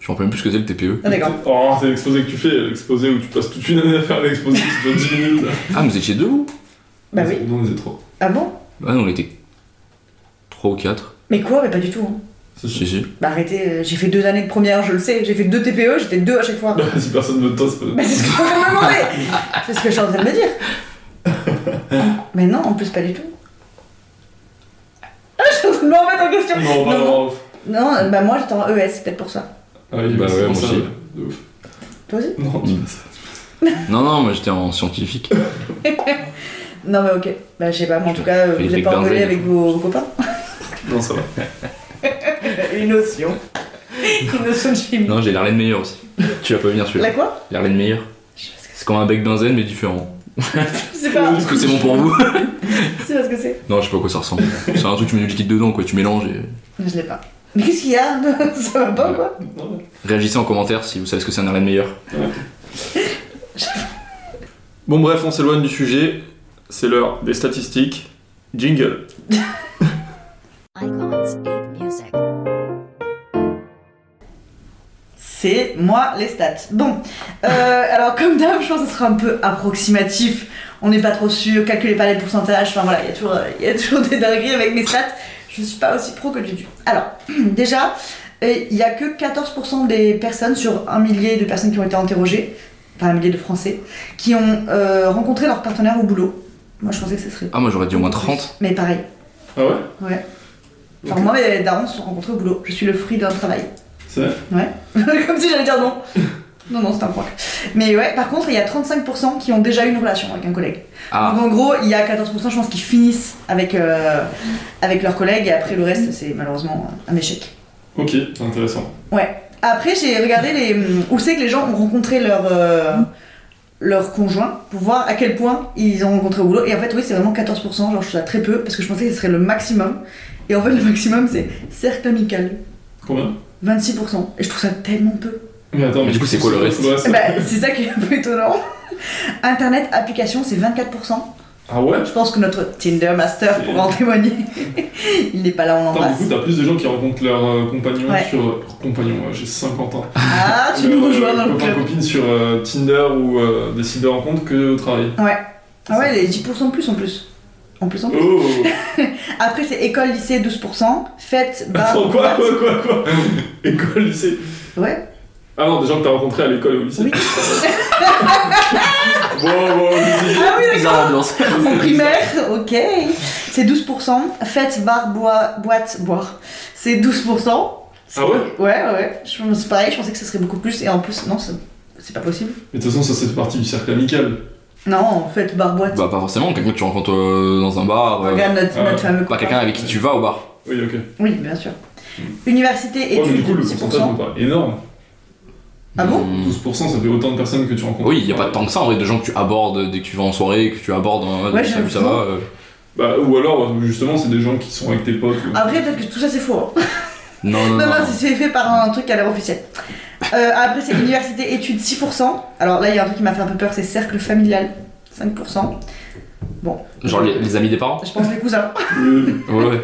[SPEAKER 1] Je me rappelle même plus ce que c'est le E. TPE.
[SPEAKER 3] Ah, d'accord.
[SPEAKER 4] Oh, c'est l'exposé que tu fais, l'exposé où tu passes toute une année à faire l'exposé, tu dois 10 minutes.
[SPEAKER 1] Ah, mais vous étiez deux, vous
[SPEAKER 3] Bah oui.
[SPEAKER 4] Non, on était trop.
[SPEAKER 3] Ah bon
[SPEAKER 1] Ah non, on était 3 ou 4.
[SPEAKER 3] Mais quoi Mais pas du tout. hein.
[SPEAKER 1] Si, si.
[SPEAKER 3] Bah arrêtez, euh, j'ai fait deux années de première, je le sais, j'ai fait deux TPE, j'étais deux à chaque fois.
[SPEAKER 4] Bah, si personne ne t'ose,
[SPEAKER 3] Bah, c'est ce que je me demandais C'est ce que je suis en train de me dire Mais non, en plus, pas du tout. Ah, je suis en train de me remettre en question
[SPEAKER 4] non, pas
[SPEAKER 3] Non, non.
[SPEAKER 4] non. off.
[SPEAKER 3] Non, bah moi j'étais en ES, c'est peut-être pour ça.
[SPEAKER 4] Ah oui,
[SPEAKER 1] Bah
[SPEAKER 4] bah,
[SPEAKER 1] ouais,
[SPEAKER 4] ouais,
[SPEAKER 1] moi
[SPEAKER 4] ça,
[SPEAKER 1] aussi.
[SPEAKER 4] de ouf.
[SPEAKER 3] Toi aussi
[SPEAKER 4] Non,
[SPEAKER 1] Mm. Non, non, moi j'étais en scientifique.
[SPEAKER 3] Non, mais ok. Bah, je sais pas, mais en tout cas, euh,
[SPEAKER 1] Fais
[SPEAKER 3] vous
[SPEAKER 1] les
[SPEAKER 3] êtes pas
[SPEAKER 1] Big
[SPEAKER 3] engueulé
[SPEAKER 1] Bang,
[SPEAKER 3] avec
[SPEAKER 1] du
[SPEAKER 3] vos copains
[SPEAKER 4] non, ça va.
[SPEAKER 3] Une notion. Une notion de chimie.
[SPEAKER 1] Non, j'ai l'Arlène meilleure aussi. Tu vas pas venir celui-là.
[SPEAKER 3] La quoi
[SPEAKER 1] L'Arlène meilleure.
[SPEAKER 3] Je sais pas ce que
[SPEAKER 1] C'est comme un bec benzène mais différent.
[SPEAKER 3] c'est. Je sais pas,
[SPEAKER 1] Est-ce que c'est bon pour vous
[SPEAKER 3] je sais pas ce que c'est.
[SPEAKER 1] Non, je sais pas à quoi ça ressemble. C'est un truc, tu mets du liquide dedans, quoi. Tu mélanges et.
[SPEAKER 3] Je l'ai pas. Mais qu'est-ce qu'il y a Ça va pas ou quoi
[SPEAKER 4] Non.
[SPEAKER 1] Réagissez en commentaire si vous savez ce que c'est un Arlène meilleure.
[SPEAKER 4] Bon, bref, on s'éloigne du sujet. C'est l'heure des statistiques. Jingle.
[SPEAKER 2] Icons 8 Music.
[SPEAKER 3] C'est moi les stats. Bon, euh, alors comme d'hab, je pense que ce sera un peu euh, approximatif. On n'est pas trop sûr, calculez pas les pourcentages. Enfin voilà, il y a toujours, il y a toujours des dingueries avec mes stats. Je suis pas aussi pro que Dudu. Alors, déjà, euh, il y a que 14% des personnes sur un millier de personnes qui ont été interrogées, enfin un millier de Français, qui ont euh, rencontré leur partenaire au boulot. Moi, je pensais que ce serait.
[SPEAKER 1] Ah, moi j'aurais dit au moins 30.
[SPEAKER 3] Mais pareil,
[SPEAKER 4] Ah ouais
[SPEAKER 3] ouais. Genre,
[SPEAKER 4] Ok.
[SPEAKER 3] moi, mes darons se sont rencontrés au boulot. Je suis le fruit d'un travail.
[SPEAKER 4] C'est vrai
[SPEAKER 3] Ouais. Comme si j'allais dire non. Non, non, c'est un proc. Mais ouais, par contre, il y a 35% qui ont déjà eu une relation avec un collègue.
[SPEAKER 1] Ah,
[SPEAKER 3] Donc en gros, il y a 14% je pense qui finissent avec, euh, avec leurs collègues et après le reste, c'est malheureusement un échec.
[SPEAKER 4] Ok, intéressant.
[SPEAKER 3] Après, j'ai regardé les, hum, où c'est que les gens ont rencontré leur, euh, leur conjoint pour voir à quel point ils ont rencontré au boulot. Et en fait, oui, c'est vraiment 14%, genre je suis à très peu parce que je pensais que ce serait le maximum. Et en fait, le maximum, c'est cercle amical,
[SPEAKER 4] Combien
[SPEAKER 3] 26%. Et je trouve ça tellement peu.
[SPEAKER 4] Mais attends,
[SPEAKER 1] Mais du coup, c'est quoi le reste
[SPEAKER 3] Eh ben, c'est ça qui est un peu étonnant. Internet, application, c'est 24%.
[SPEAKER 4] Ah ouais
[SPEAKER 3] Je pense que notre Tinder Master pourra en témoigner. Il n'est pas là, on
[SPEAKER 4] Attends, du
[SPEAKER 3] l'embrasse.
[SPEAKER 4] coup, t'as plus de gens qui rencontrent leur euh, compagnon
[SPEAKER 3] Ouais.
[SPEAKER 4] sur. leur compagnon, ouais, j'ai 50 ans.
[SPEAKER 3] Ah, tu
[SPEAKER 4] euh,
[SPEAKER 3] nous rejoins dans le
[SPEAKER 4] copain,
[SPEAKER 3] club.
[SPEAKER 4] copine sur euh, Tinder ou euh, des sites de rencontres que au travail.
[SPEAKER 3] Ah ouais, les 10% de plus en plus. En plus en plus.
[SPEAKER 4] Oh
[SPEAKER 3] Après, c'est école, lycée, 12%. Fête, bar.
[SPEAKER 4] Attends, quoi,
[SPEAKER 3] boîte.
[SPEAKER 4] quoi, quoi, quoi École, lycée.
[SPEAKER 3] bah, Ouais.
[SPEAKER 4] Ah non, des gens que t'as rencontrés à l'école ou au lycée.
[SPEAKER 3] Oui.
[SPEAKER 4] Wow, wow, lycée.
[SPEAKER 3] Ah oui,
[SPEAKER 1] bizarre ambiance.
[SPEAKER 3] en primaire, ok. C'est 12%. Fête, bar, bois- boîte, boire. C'est 12%.
[SPEAKER 4] Ah ouais
[SPEAKER 3] Ouais, ouais. Je pense pareil, je pensais que ce serait beaucoup plus. Et en plus, non, c'est c'est pas possible.
[SPEAKER 4] Mais de toute façon, ça, c'est partie du cercle amical.
[SPEAKER 3] Non, fête, bar, boîte.
[SPEAKER 1] Bah, pas forcément, quelqu'un que tu rencontres euh, dans un bar. euh,
[SPEAKER 3] Regarde notre,
[SPEAKER 4] Ah,
[SPEAKER 3] notre fameux
[SPEAKER 1] Pas
[SPEAKER 3] copain.
[SPEAKER 1] quelqu'un avec qui tu vas au bar.
[SPEAKER 4] Oui, ok.
[SPEAKER 3] Oui, bien sûr. Université et
[SPEAKER 4] Ouais, Oh, mais du coup, le pourcentage n'est pas énorme.
[SPEAKER 3] Ah bon
[SPEAKER 1] Mmh.
[SPEAKER 4] 12%, ça fait autant de personnes que tu rencontres.
[SPEAKER 1] Oui, il y a pas tant que ça en vrai de gens que tu abordes dès que tu vas en soirée, que tu abordes en mode
[SPEAKER 3] Ouais,
[SPEAKER 1] salut, ça
[SPEAKER 3] j'avoue.
[SPEAKER 1] va. euh.
[SPEAKER 4] Bah, ou alors, justement, c'est des gens qui sont avec tes potes. ou-
[SPEAKER 3] Après, peut-être que tout ça c'est faux. hein.
[SPEAKER 1] Non, non,
[SPEAKER 3] Non,
[SPEAKER 1] non.
[SPEAKER 3] non, c'est c'est fait par un truc à l'air officiel. Euh, après, c'est université, études 6%. Alors là, il y a un truc qui m'a fait un peu peur, c'est cercle familial 5%.
[SPEAKER 1] Genre les, les amis des parents
[SPEAKER 3] Je pense les cousins.
[SPEAKER 4] Oui,
[SPEAKER 1] Ouais, ouais.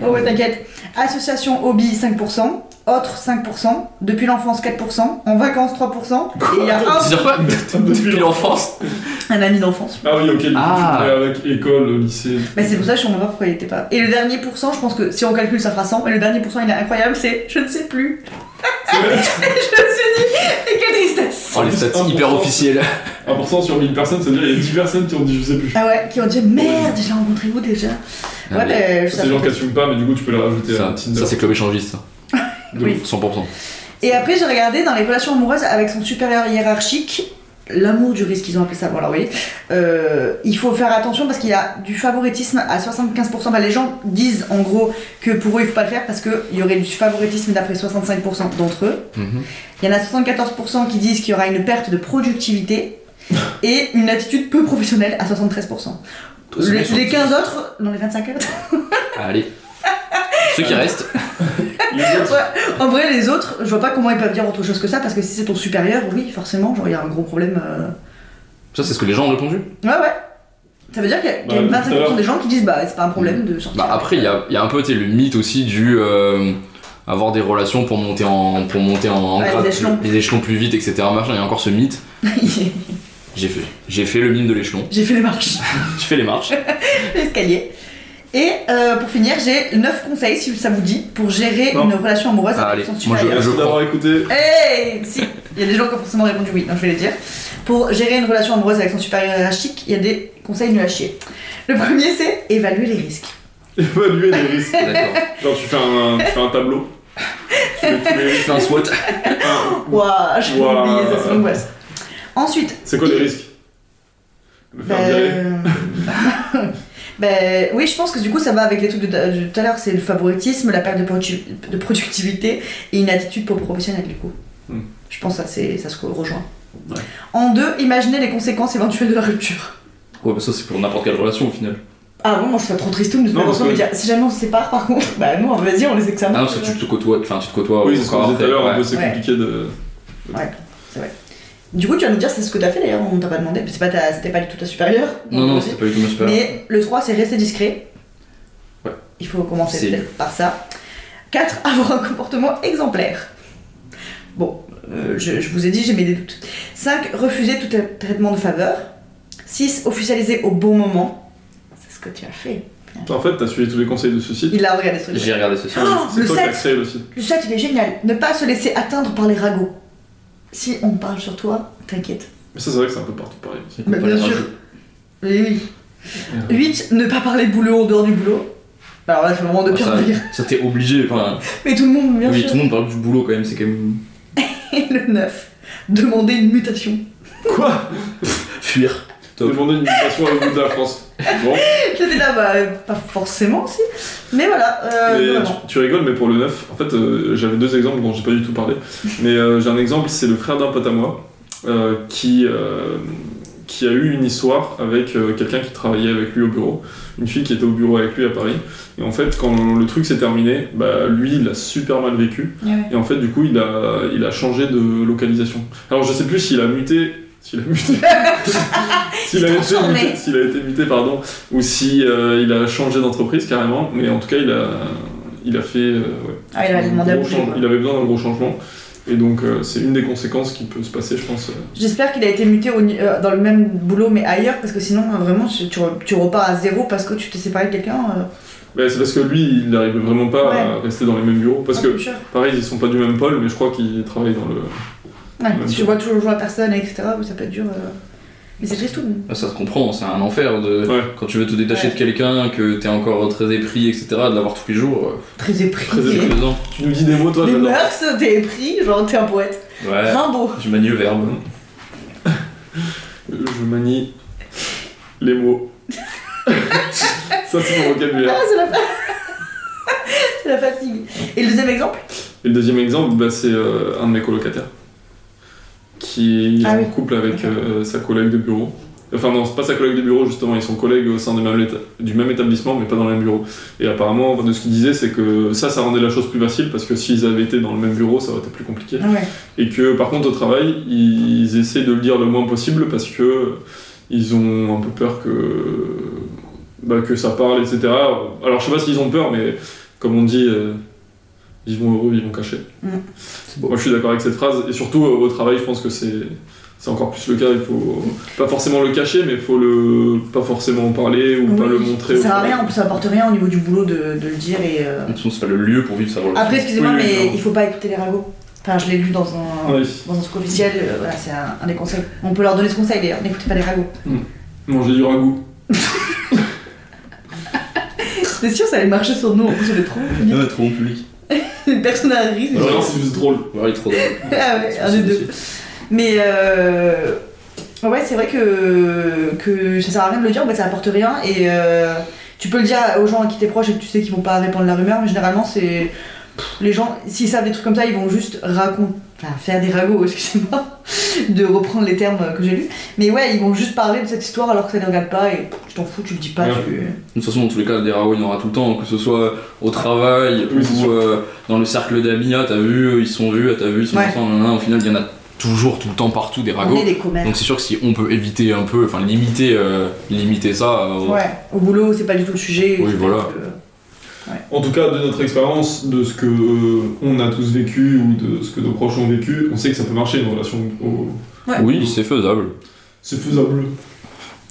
[SPEAKER 3] Oh, ouais, t'inquiète. Association hobby 5%. Autres 5%, depuis l'enfance 4%, en vacances 3%, et il y a Ah, un,
[SPEAKER 1] C'est dire quoi
[SPEAKER 4] Depuis
[SPEAKER 1] Depuis l'enfance
[SPEAKER 3] un ami d'enfance.
[SPEAKER 4] Ah oui, ok, du coup,
[SPEAKER 1] Ah.
[SPEAKER 4] tu connais avec école, lycée.
[SPEAKER 3] Mais c'est pour ça que je comprends pas pourquoi il était pas. Et le dernier pourcent, je pense que si on calcule ça fera 100, mais le dernier pourcent il est incroyable, c'est je ne sais plus.
[SPEAKER 4] C'est vrai
[SPEAKER 3] Je me suis dit, et quelle tristesse
[SPEAKER 1] Oh, les stats hyper officielles.
[SPEAKER 4] 1% sur 1000 personnes, c'est-à-dire il y a 10 personnes qui ont dit je sais plus.
[SPEAKER 3] Ah ouais, qui ont dit merde, j'ai rencontré vous déjà Ouais,
[SPEAKER 1] Allez,
[SPEAKER 3] mais je
[SPEAKER 4] Ah C'est des gens qui
[SPEAKER 3] savais.
[SPEAKER 4] assument pas, mais du coup tu peux les rajouter à
[SPEAKER 1] Ah, Ça,
[SPEAKER 4] Tinder.
[SPEAKER 1] ça, c'est club échangiste, ça.
[SPEAKER 4] De
[SPEAKER 3] Oui.
[SPEAKER 4] ouf.
[SPEAKER 1] 100%.
[SPEAKER 3] Et après, j'ai regardé dans les relations amoureuses avec son supérieur hiérarchique, l'amour du risque, ils ont appelé ça, voilà, oui. Euh, il faut faire attention parce qu'il y a du favoritisme à 75%. Bah, les gens disent en gros que pour eux, il faut pas le faire parce qu'il y aurait du favoritisme d'après 65% d'entre eux.
[SPEAKER 1] Mhm.
[SPEAKER 3] Il y en a 74% qui disent qu'il y aura une perte de productivité et une attitude peu professionnelle à 73%.
[SPEAKER 1] c'est
[SPEAKER 3] Les,
[SPEAKER 1] bien sûr.
[SPEAKER 3] les 15 autres, non les 25 autres,
[SPEAKER 1] Allez. Ceux
[SPEAKER 3] Ah.
[SPEAKER 1] qui restent,
[SPEAKER 4] Les autres,
[SPEAKER 3] en vrai les autres, je vois pas comment ils peuvent dire autre chose que ça parce que si c'est ton supérieur, oui forcément, genre il y a un gros problème. euh.
[SPEAKER 1] ça, c'est ce que les gens ont répondu.
[SPEAKER 3] Ouais ouais. Ça veut dire qu'il y a, qu'il y a
[SPEAKER 4] Bah, tout à l'heure.
[SPEAKER 3] 25% des gens qui disent bah c'est pas un problème de sortir.
[SPEAKER 1] Bah après, il y a, il y a un peu tu sais, le mythe aussi du euh, avoir des relations pour monter en pour monter en, en
[SPEAKER 3] Ouais, Ah, les
[SPEAKER 1] grade,
[SPEAKER 3] échelons.
[SPEAKER 1] les échelons plus vite, etc. Machin. Il y a encore ce mythe. J'ai fait j'ai fait le mime de l'échelon.
[SPEAKER 3] J'ai fait les marches,
[SPEAKER 1] Je fais les marches.
[SPEAKER 3] l'escalier. Et euh, pour finir, j'ai 9 conseils si ça vous dit pour gérer
[SPEAKER 4] Non.
[SPEAKER 3] une relation amoureuse
[SPEAKER 1] Ah,
[SPEAKER 3] avec
[SPEAKER 1] allez,
[SPEAKER 3] son
[SPEAKER 1] moi,
[SPEAKER 3] supérieur.
[SPEAKER 1] je
[SPEAKER 4] merci
[SPEAKER 1] crois.
[SPEAKER 4] d'avoir écouté.
[SPEAKER 3] Hey Eh, Si Il y a des gens qui ont forcément répondu oui, donc je vais les dire. Pour gérer une relation amoureuse avec son supérieur hiérarchique, il y a des conseils nuls à chier. Le premier, c'est évaluer les risques.
[SPEAKER 4] Évaluer les risques.
[SPEAKER 1] D'accord.
[SPEAKER 4] Genre tu fais un, tu fais un tableau. Tu mets tous les
[SPEAKER 1] Je
[SPEAKER 4] risques.
[SPEAKER 1] fais un SWOT.
[SPEAKER 4] Ah,
[SPEAKER 3] Ouah, je vais
[SPEAKER 4] Ouah.
[SPEAKER 3] oublier, ça c'est l'angoisse. Ensuite,
[SPEAKER 4] C'est quoi les risques Me faire
[SPEAKER 1] Ah
[SPEAKER 4] virer.
[SPEAKER 3] ben... ben, oui, je pense que du coup ça va avec les trucs de de tout à l'heure, c'est le favoritisme, la perte de, produ- de productivité et une attitude peu professionnelle du coup.
[SPEAKER 4] Hmm.
[SPEAKER 3] Je pense que ça, c'est- ça se rejoint.
[SPEAKER 4] Ouais.
[SPEAKER 3] En deux, imaginer les conséquences éventuelles de la rupture.
[SPEAKER 1] Ouais, mais ça c'est pour n'importe quelle relation au final.
[SPEAKER 3] Ah bon, moi je suis trop triste de se
[SPEAKER 4] Non,
[SPEAKER 3] faire
[SPEAKER 4] parce
[SPEAKER 3] ensemble et
[SPEAKER 4] que-
[SPEAKER 3] dire si jamais on se sépare par contre, bah non, vas-y, on les examine.
[SPEAKER 1] Ah non, parce que tu te côtoies, enfin tu te côtoies
[SPEAKER 4] Oui, c'est ce qu'on
[SPEAKER 1] encore
[SPEAKER 4] disait tout à
[SPEAKER 1] après,
[SPEAKER 4] l'heure, un
[SPEAKER 1] ouais.
[SPEAKER 4] peu c'est
[SPEAKER 3] Ouais.
[SPEAKER 4] compliqué de.
[SPEAKER 3] Du coup, tu vas nous dire c'est ce que t'as fait d'ailleurs, on t'a pas demandé, mais c'est pas ta- c'était pas du tout ta supérieure.
[SPEAKER 1] Non, non, c'était pas du tout ma super.
[SPEAKER 3] Mais le 3, c'est rester discret.
[SPEAKER 1] Ouais.
[SPEAKER 3] Il faut commencer
[SPEAKER 1] C'est
[SPEAKER 3] peut-être par ça. 4, avoir un comportement exemplaire. Bon, euh, je, je vous ai dit, j'ai mes doutes. 5, refuser tout tra- traitement de faveur. 6, officialiser au bon moment. C'est ce que tu as fait.
[SPEAKER 4] En fait, t'as suivi tous les conseils de ce site.
[SPEAKER 3] Il a regardé ce
[SPEAKER 1] J'ai regardé ceci.
[SPEAKER 3] Oh,
[SPEAKER 4] C'est
[SPEAKER 3] le
[SPEAKER 4] toi qui as
[SPEAKER 3] 7
[SPEAKER 4] créé le site.
[SPEAKER 3] Le 7, il est génial. Ne pas se laisser atteindre par les ragots. Si on parle sur toi, t'inquiète.
[SPEAKER 4] Mais ça, c'est vrai que c'est un peu partout pareil aussi.
[SPEAKER 3] Mais bien sûr. Oui, oui. 8. Ne pas parler boulot en dehors du boulot. Bah, Alors là, c'est le moment de
[SPEAKER 1] Ah,
[SPEAKER 3] pire pire.
[SPEAKER 1] ça, ça t'es obligé. Enfin,
[SPEAKER 3] Mais tout le monde, bien
[SPEAKER 1] oui,
[SPEAKER 3] sûr.
[SPEAKER 1] tout le monde parle du boulot quand même. C'est quand même
[SPEAKER 3] Et le 9. Demander une mutation.
[SPEAKER 4] Quoi
[SPEAKER 1] fuir. Top.
[SPEAKER 4] Demander une mutation à l'autre bout de la France. Bon,
[SPEAKER 3] J'étais là, bah, euh, pas forcément, si. Mais voilà, euh,
[SPEAKER 4] mais
[SPEAKER 3] vraiment.
[SPEAKER 4] tu, tu rigoles, mais pour le 9, en fait, euh, j'avais deux exemples dont j'ai pas du tout parlé. Mais euh, j'ai un exemple, c'est le frère d'un pote à moi euh, qui, euh, qui a eu une histoire avec euh, quelqu'un qui travaillait avec lui au bureau. Une fille qui était au bureau avec lui à Paris. Et en fait, quand le truc s'est terminé, bah, lui, il a super mal vécu. Et en fait, du coup, il a, il a changé de localisation. Alors, je sais plus s'il a muté. S'il a muté. s'il a, été
[SPEAKER 3] transformé.
[SPEAKER 4] muté- s'il a été muté, pardon. Ou si euh, il a changé d'entreprise carrément. Mais en tout cas, il a, il a fait. euh, ouais,
[SPEAKER 3] Ah, il a
[SPEAKER 4] un
[SPEAKER 3] demandé à
[SPEAKER 4] gros
[SPEAKER 3] bouger,
[SPEAKER 4] change-
[SPEAKER 3] quoi.
[SPEAKER 4] Il avait besoin d'un gros changement. Et donc, euh, c'est une des conséquences qui peut se passer, je pense. euh.
[SPEAKER 3] J'espère qu'il a été muté au ni- euh, dans le même boulot mais ailleurs parce que sinon euh, vraiment tu, tu re- tu repars à zéro parce que tu t'es séparé de quelqu'un. euh,
[SPEAKER 4] Ouais, c'est parce que lui, il n'arrive vraiment pas à rester dans les mêmes bureaux. Parce
[SPEAKER 3] un
[SPEAKER 4] que,
[SPEAKER 3] peu cher.
[SPEAKER 4] pareil, ils sont pas du même pôle, mais je crois qu'ils travaillent dans le.
[SPEAKER 3] Ouais,
[SPEAKER 4] même
[SPEAKER 3] si tu
[SPEAKER 4] chose.
[SPEAKER 3] vois toujours la personne etc. oui, ça peut être dur. euh, Mais c'est triste tout. de même.
[SPEAKER 1] Ah, Ça se comprend, c'est un enfer de.
[SPEAKER 4] Ouais.
[SPEAKER 1] Quand tu veux te détacher
[SPEAKER 3] Ouais.
[SPEAKER 1] de quelqu'un, que t'es encore très épris, etc., de l'avoir tous les jours, euh,
[SPEAKER 3] Très
[SPEAKER 1] c'est
[SPEAKER 3] épris.
[SPEAKER 4] épris.
[SPEAKER 1] plaisant.
[SPEAKER 4] Tu nous dis des mots, toi,
[SPEAKER 3] Les
[SPEAKER 4] j'adore.
[SPEAKER 3] mœurs, t'es épris, genre t'es un poète.
[SPEAKER 1] Ouais,
[SPEAKER 3] Rimbaud.
[SPEAKER 1] je manie le verbe. hein.
[SPEAKER 4] Je manie les mots. Ça, c'est mon
[SPEAKER 3] Ah,
[SPEAKER 4] vocabulaire.
[SPEAKER 3] c'est la, fa- c'est la fatigue. Et le deuxième exemple
[SPEAKER 4] Et le deuxième exemple, bah, c'est euh, un de mes colocataires qui est
[SPEAKER 3] Ah
[SPEAKER 4] en
[SPEAKER 3] oui.
[SPEAKER 4] couple avec euh, sa collègue de bureau. Enfin, non, c'est pas sa collègue de bureau, justement, ils sont collègues au sein du même, éta- du même établissement, mais pas dans le même bureau. Et apparemment, de ce qu'il disait, c'est que ça, ça rendait la chose plus facile parce que s'ils avaient été dans le même bureau, ça aurait été plus compliqué.
[SPEAKER 3] Ouais.
[SPEAKER 4] Et que par contre au travail, ils essaient de le dire le moins possible parce que ils ont un peu peur que, bah, que ça parle, etc. Alors je sais pas s'ils ont peur, mais comme on dit, euh, vivons heureux, vivons cachés.
[SPEAKER 3] Mm.
[SPEAKER 4] Moi je suis d'accord avec cette phrase, et surtout euh, au travail, je pense que c'est. C'est encore plus le cas, il faut pas forcément le cacher, mais il faut le pas forcément en parler ou pas
[SPEAKER 3] Oui,
[SPEAKER 4] le montrer.
[SPEAKER 3] Ça sert
[SPEAKER 4] au
[SPEAKER 3] à
[SPEAKER 4] travail.
[SPEAKER 3] rien, en plus ça apporte rien au niveau du boulot de, de le dire et. euh,
[SPEAKER 1] En dessous, c'est pas le lieu pour vivre sa relation.
[SPEAKER 3] Après, excusez-moi,
[SPEAKER 4] Oui, oui,
[SPEAKER 3] mais
[SPEAKER 4] non.
[SPEAKER 3] il faut pas écouter les ragots. Enfin, je l'ai lu dans un.
[SPEAKER 4] Oui.
[SPEAKER 3] dans un truc officiel, euh, voilà, c'est un, un des conseils. On peut leur donner ce conseil d'ailleurs, n'écoutez pas les ragots.
[SPEAKER 4] Manger du ragoût.
[SPEAKER 3] C'est sûr, ça allait marcher sur nous, en plus on est trop
[SPEAKER 1] Non, mais trop en public.
[SPEAKER 3] Personne à rire.
[SPEAKER 1] Ouais.
[SPEAKER 4] Alors c'est juste drôle.
[SPEAKER 1] Ouais, il est trop drôle.
[SPEAKER 3] Ah ouais, un des deux. Mais euh, ouais, c'est vrai que, que ça sert à rien de le dire, en fait, ça apporte rien. Et euh, tu peux le dire aux gens à qui t'es proche et que tu sais qu'ils vont pas répandre la rumeur, mais généralement, c'est. pff, Les gens, s'ils savent des trucs comme ça, ils vont juste raconter, enfin faire des ragots, excusez-moi, de reprendre les termes que j'ai lus. Mais ouais, ils vont juste parler de cette histoire alors que ça ne regarde pas et pff, tu t'en fous, tu le dis pas.
[SPEAKER 4] Ouais.
[SPEAKER 3] tu-
[SPEAKER 1] De toute façon, dans tous les cas, des ragots, il y en aura tout le temps, hein, que ce soit au travail
[SPEAKER 4] Oui, c'est
[SPEAKER 1] ou euh, dans le cercle d'amis. Ah, t'as vu, ils sont vus, ah, t'as vu, ils sont
[SPEAKER 3] Ouais.
[SPEAKER 1] ensemble. nanana. Au final, il y en a toujours, tout le temps, partout des
[SPEAKER 3] On
[SPEAKER 1] ragots.
[SPEAKER 3] est des commerces.
[SPEAKER 1] Donc, c'est sûr que si on peut éviter un peu, enfin limiter, euh, limiter ça. euh,
[SPEAKER 3] Ouais, au boulot, c'est pas du tout le sujet.
[SPEAKER 1] Oui,
[SPEAKER 3] c'est euh,
[SPEAKER 1] voilà.
[SPEAKER 3] pas du tout le-
[SPEAKER 4] En tout cas, de notre expérience, de ce que euh, on a tous vécu ou de ce que nos proches ont vécu, on sait que ça peut marcher une relation. au-
[SPEAKER 1] Oui, c'est faisable.
[SPEAKER 4] C'est faisable.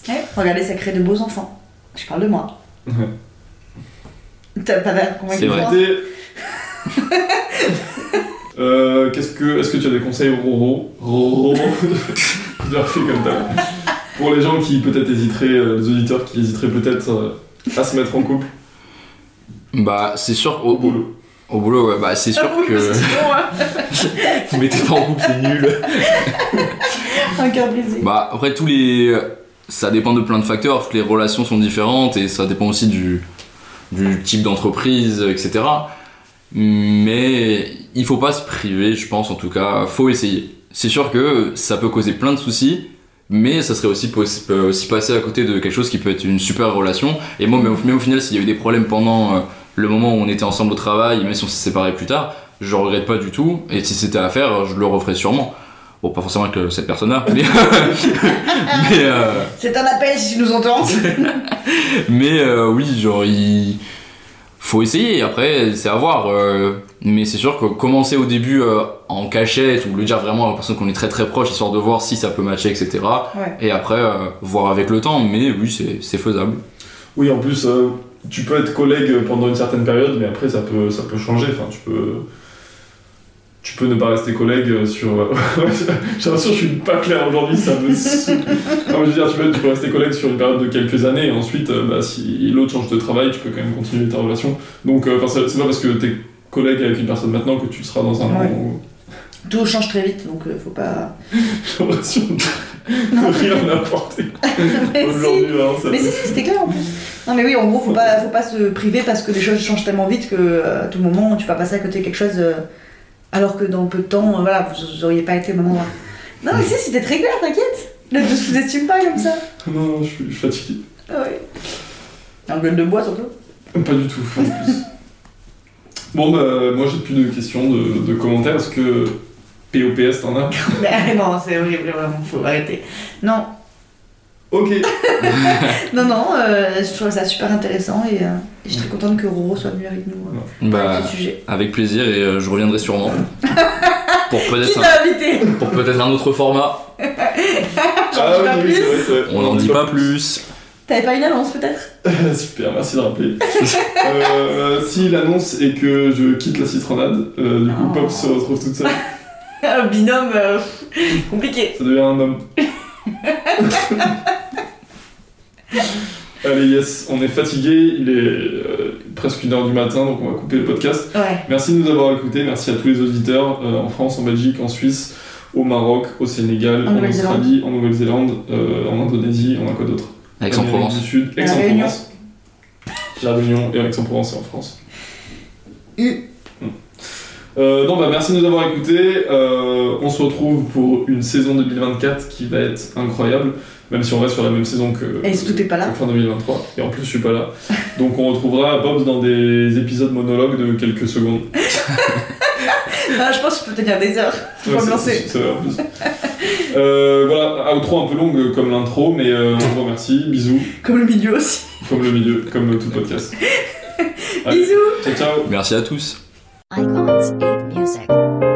[SPEAKER 3] Ouais, Eh, regardez, ça crée de beaux enfants. Je parle de moi. T'as pas l'air convaincu.
[SPEAKER 1] C'est vrai.
[SPEAKER 3] toi.
[SPEAKER 4] Écoutez, euh, Qu'est-ce que, est-ce que tu as des conseils Roro Roro Je leur fais comme ça. Pour les gens qui peut-être hésiteraient, euh, les auditeurs qui hésiteraient peut-être euh, à se mettre en couple
[SPEAKER 1] Bah, c'est sûr, au,
[SPEAKER 4] au boulot.
[SPEAKER 1] au boulot, ouais, bah, c'est sûr
[SPEAKER 3] Ah oui,
[SPEAKER 1] que
[SPEAKER 3] c'est bon, hein.
[SPEAKER 1] vous mettez pas en couple, c'est nul.
[SPEAKER 3] Un cœur brisé.
[SPEAKER 1] Bah après tous les ça dépend de plein de facteurs, toutes les relations sont différentes et ça dépend aussi du, du type d'entreprise, etc. Mais il faut pas se priver, je pense en tout cas, faut essayer. C'est sûr que ça peut causer plein de soucis, mais ça serait aussi, possi- peut aussi passer à côté de quelque chose qui peut être une super relation. Et moi, même, au- même au final, s'il y a eu des problèmes pendant euh, le moment où on était ensemble au travail, même si on s'est séparés plus tard, je regrette pas du tout. Et si c'était à faire, je le referais sûrement. Bon, pas forcément avec euh, cette personne-là, mais, mais, euh,
[SPEAKER 3] C'est un appel si tu nous entends.
[SPEAKER 1] mais, euh, oui, genre, il faut essayer. Après, c'est à voir. euh, mais c'est sûr que commencer au début euh, en cachette ou le dire vraiment à la personne qu'on est très très proche, histoire de voir si ça peut matcher, etc.
[SPEAKER 3] Ouais.
[SPEAKER 1] Et après, euh, voir avec le temps. Mais oui, c'est c'est faisable.
[SPEAKER 4] Oui, en plus, euh, tu peux être collègue pendant une certaine période, mais après ça peut, ça peut changer. Enfin, tu peux, tu peux ne pas rester collègue sur. J'ai l'impression que je suis pas clair aujourd'hui, ça me. saoule. non, mais je veux dire, tu peux, tu peux rester collègue sur une période de quelques années, et ensuite, euh, bah, si l'autre change de travail, tu peux quand même continuer ta relation. Donc, euh, enfin, c'est- c'est pas parce que t'es collègue avec une personne maintenant que tu seras dans un
[SPEAKER 3] Ouais.
[SPEAKER 4] an où-
[SPEAKER 3] Tout change très vite, donc euh, faut pas.
[SPEAKER 4] J'ai l'impression que rien n'a porté
[SPEAKER 3] Mais si,
[SPEAKER 4] aujourd'hui. hein, ça-
[SPEAKER 3] mais si, si, c'était clair en plus. Non, mais oui, en gros, faut pas, faut pas se priver parce que les choses changent tellement vite que euh, à tout moment tu vas passer à côté de quelque chose euh, alors que dans peu de temps, euh, voilà, vous vous auriez pas été au même endroit. Non, mais si, c'était très clair, t'inquiète. Ne te sous-estime pas comme ça.
[SPEAKER 4] Non, non, je suis je suis fatigué.
[SPEAKER 3] Ah oui. En gueule de bois surtout.
[SPEAKER 4] Pas du tout, en plus. Bon, bah, moi j'ai plus de questions, de, de commentaires. Est-ce que POPS t'en as
[SPEAKER 3] Mais non, c'est horrible, vraiment, faut arrêter. Non,
[SPEAKER 4] Ok.
[SPEAKER 3] non, non, euh, je trouve ça super intéressant et, euh, et je suis très contente que Roro soit venu avec nous euh, pour
[SPEAKER 1] Bah,
[SPEAKER 3] ce sujet.
[SPEAKER 1] avec plaisir et euh, je reviendrai sûrement. pour
[SPEAKER 3] Qui
[SPEAKER 1] peut-être un,
[SPEAKER 3] t'a invité
[SPEAKER 1] pour peut-être un autre format.
[SPEAKER 4] Ah
[SPEAKER 3] J'en dis pas plus.
[SPEAKER 4] vrai.
[SPEAKER 1] On n'en dit pas plus.
[SPEAKER 3] T'avais pas une annonce peut-être
[SPEAKER 4] plus. Super, merci de rappeler. Euh, si l'annonce est que je quitte la citronade, euh, du coup
[SPEAKER 3] Oh.
[SPEAKER 4] Pop se retrouve toute seule.
[SPEAKER 3] Un binôme euh, compliqué.
[SPEAKER 4] Ça devient un homme. Allez, yes, on est fatigué. Il est euh, presque une heure du matin, donc on va couper le podcast.
[SPEAKER 3] Ouais.
[SPEAKER 4] Merci de nous avoir écoutés, merci à tous les auditeurs euh, en France, en Belgique, en Suisse, au Maroc, au Sénégal,
[SPEAKER 3] En
[SPEAKER 4] en,
[SPEAKER 3] Nouvelle-Zélande.
[SPEAKER 4] Australie, en Nouvelle-Zélande, euh, en Indonésie, on a quoi d'autre
[SPEAKER 1] Aix-en-Provence.
[SPEAKER 4] Amérique du Sud,
[SPEAKER 3] La
[SPEAKER 4] Aix-en-Provence. La Réunion et Aix-en-Provence et en France. Hmm.
[SPEAKER 3] U.
[SPEAKER 4] Euh, non, bah, merci de nous avoir écoutés. Euh, on se retrouve pour une saison 2024 qui va être incroyable, même si on reste sur la même saison que,
[SPEAKER 3] Et si tout est pas là
[SPEAKER 4] que fin 2023. Et en plus, je suis pas là. Donc, on retrouvera Bob dans des épisodes monologues de quelques secondes.
[SPEAKER 3] Ah, je pense que je peux tenir des heures. Faut
[SPEAKER 4] Ouais,
[SPEAKER 3] me
[SPEAKER 4] c'est-
[SPEAKER 3] lancer.
[SPEAKER 4] c'est- c'est vrai, en plus. Euh, voilà, outro un peu longue euh, comme l'intro, mais euh, on vous remercie. Bisous,
[SPEAKER 3] Comme le milieu aussi.
[SPEAKER 4] comme le milieu, comme euh, tout podcast. Allez,
[SPEAKER 3] Bisous
[SPEAKER 4] ciao, ciao.
[SPEAKER 1] Merci à tous.
[SPEAKER 2] Icons 8 Music.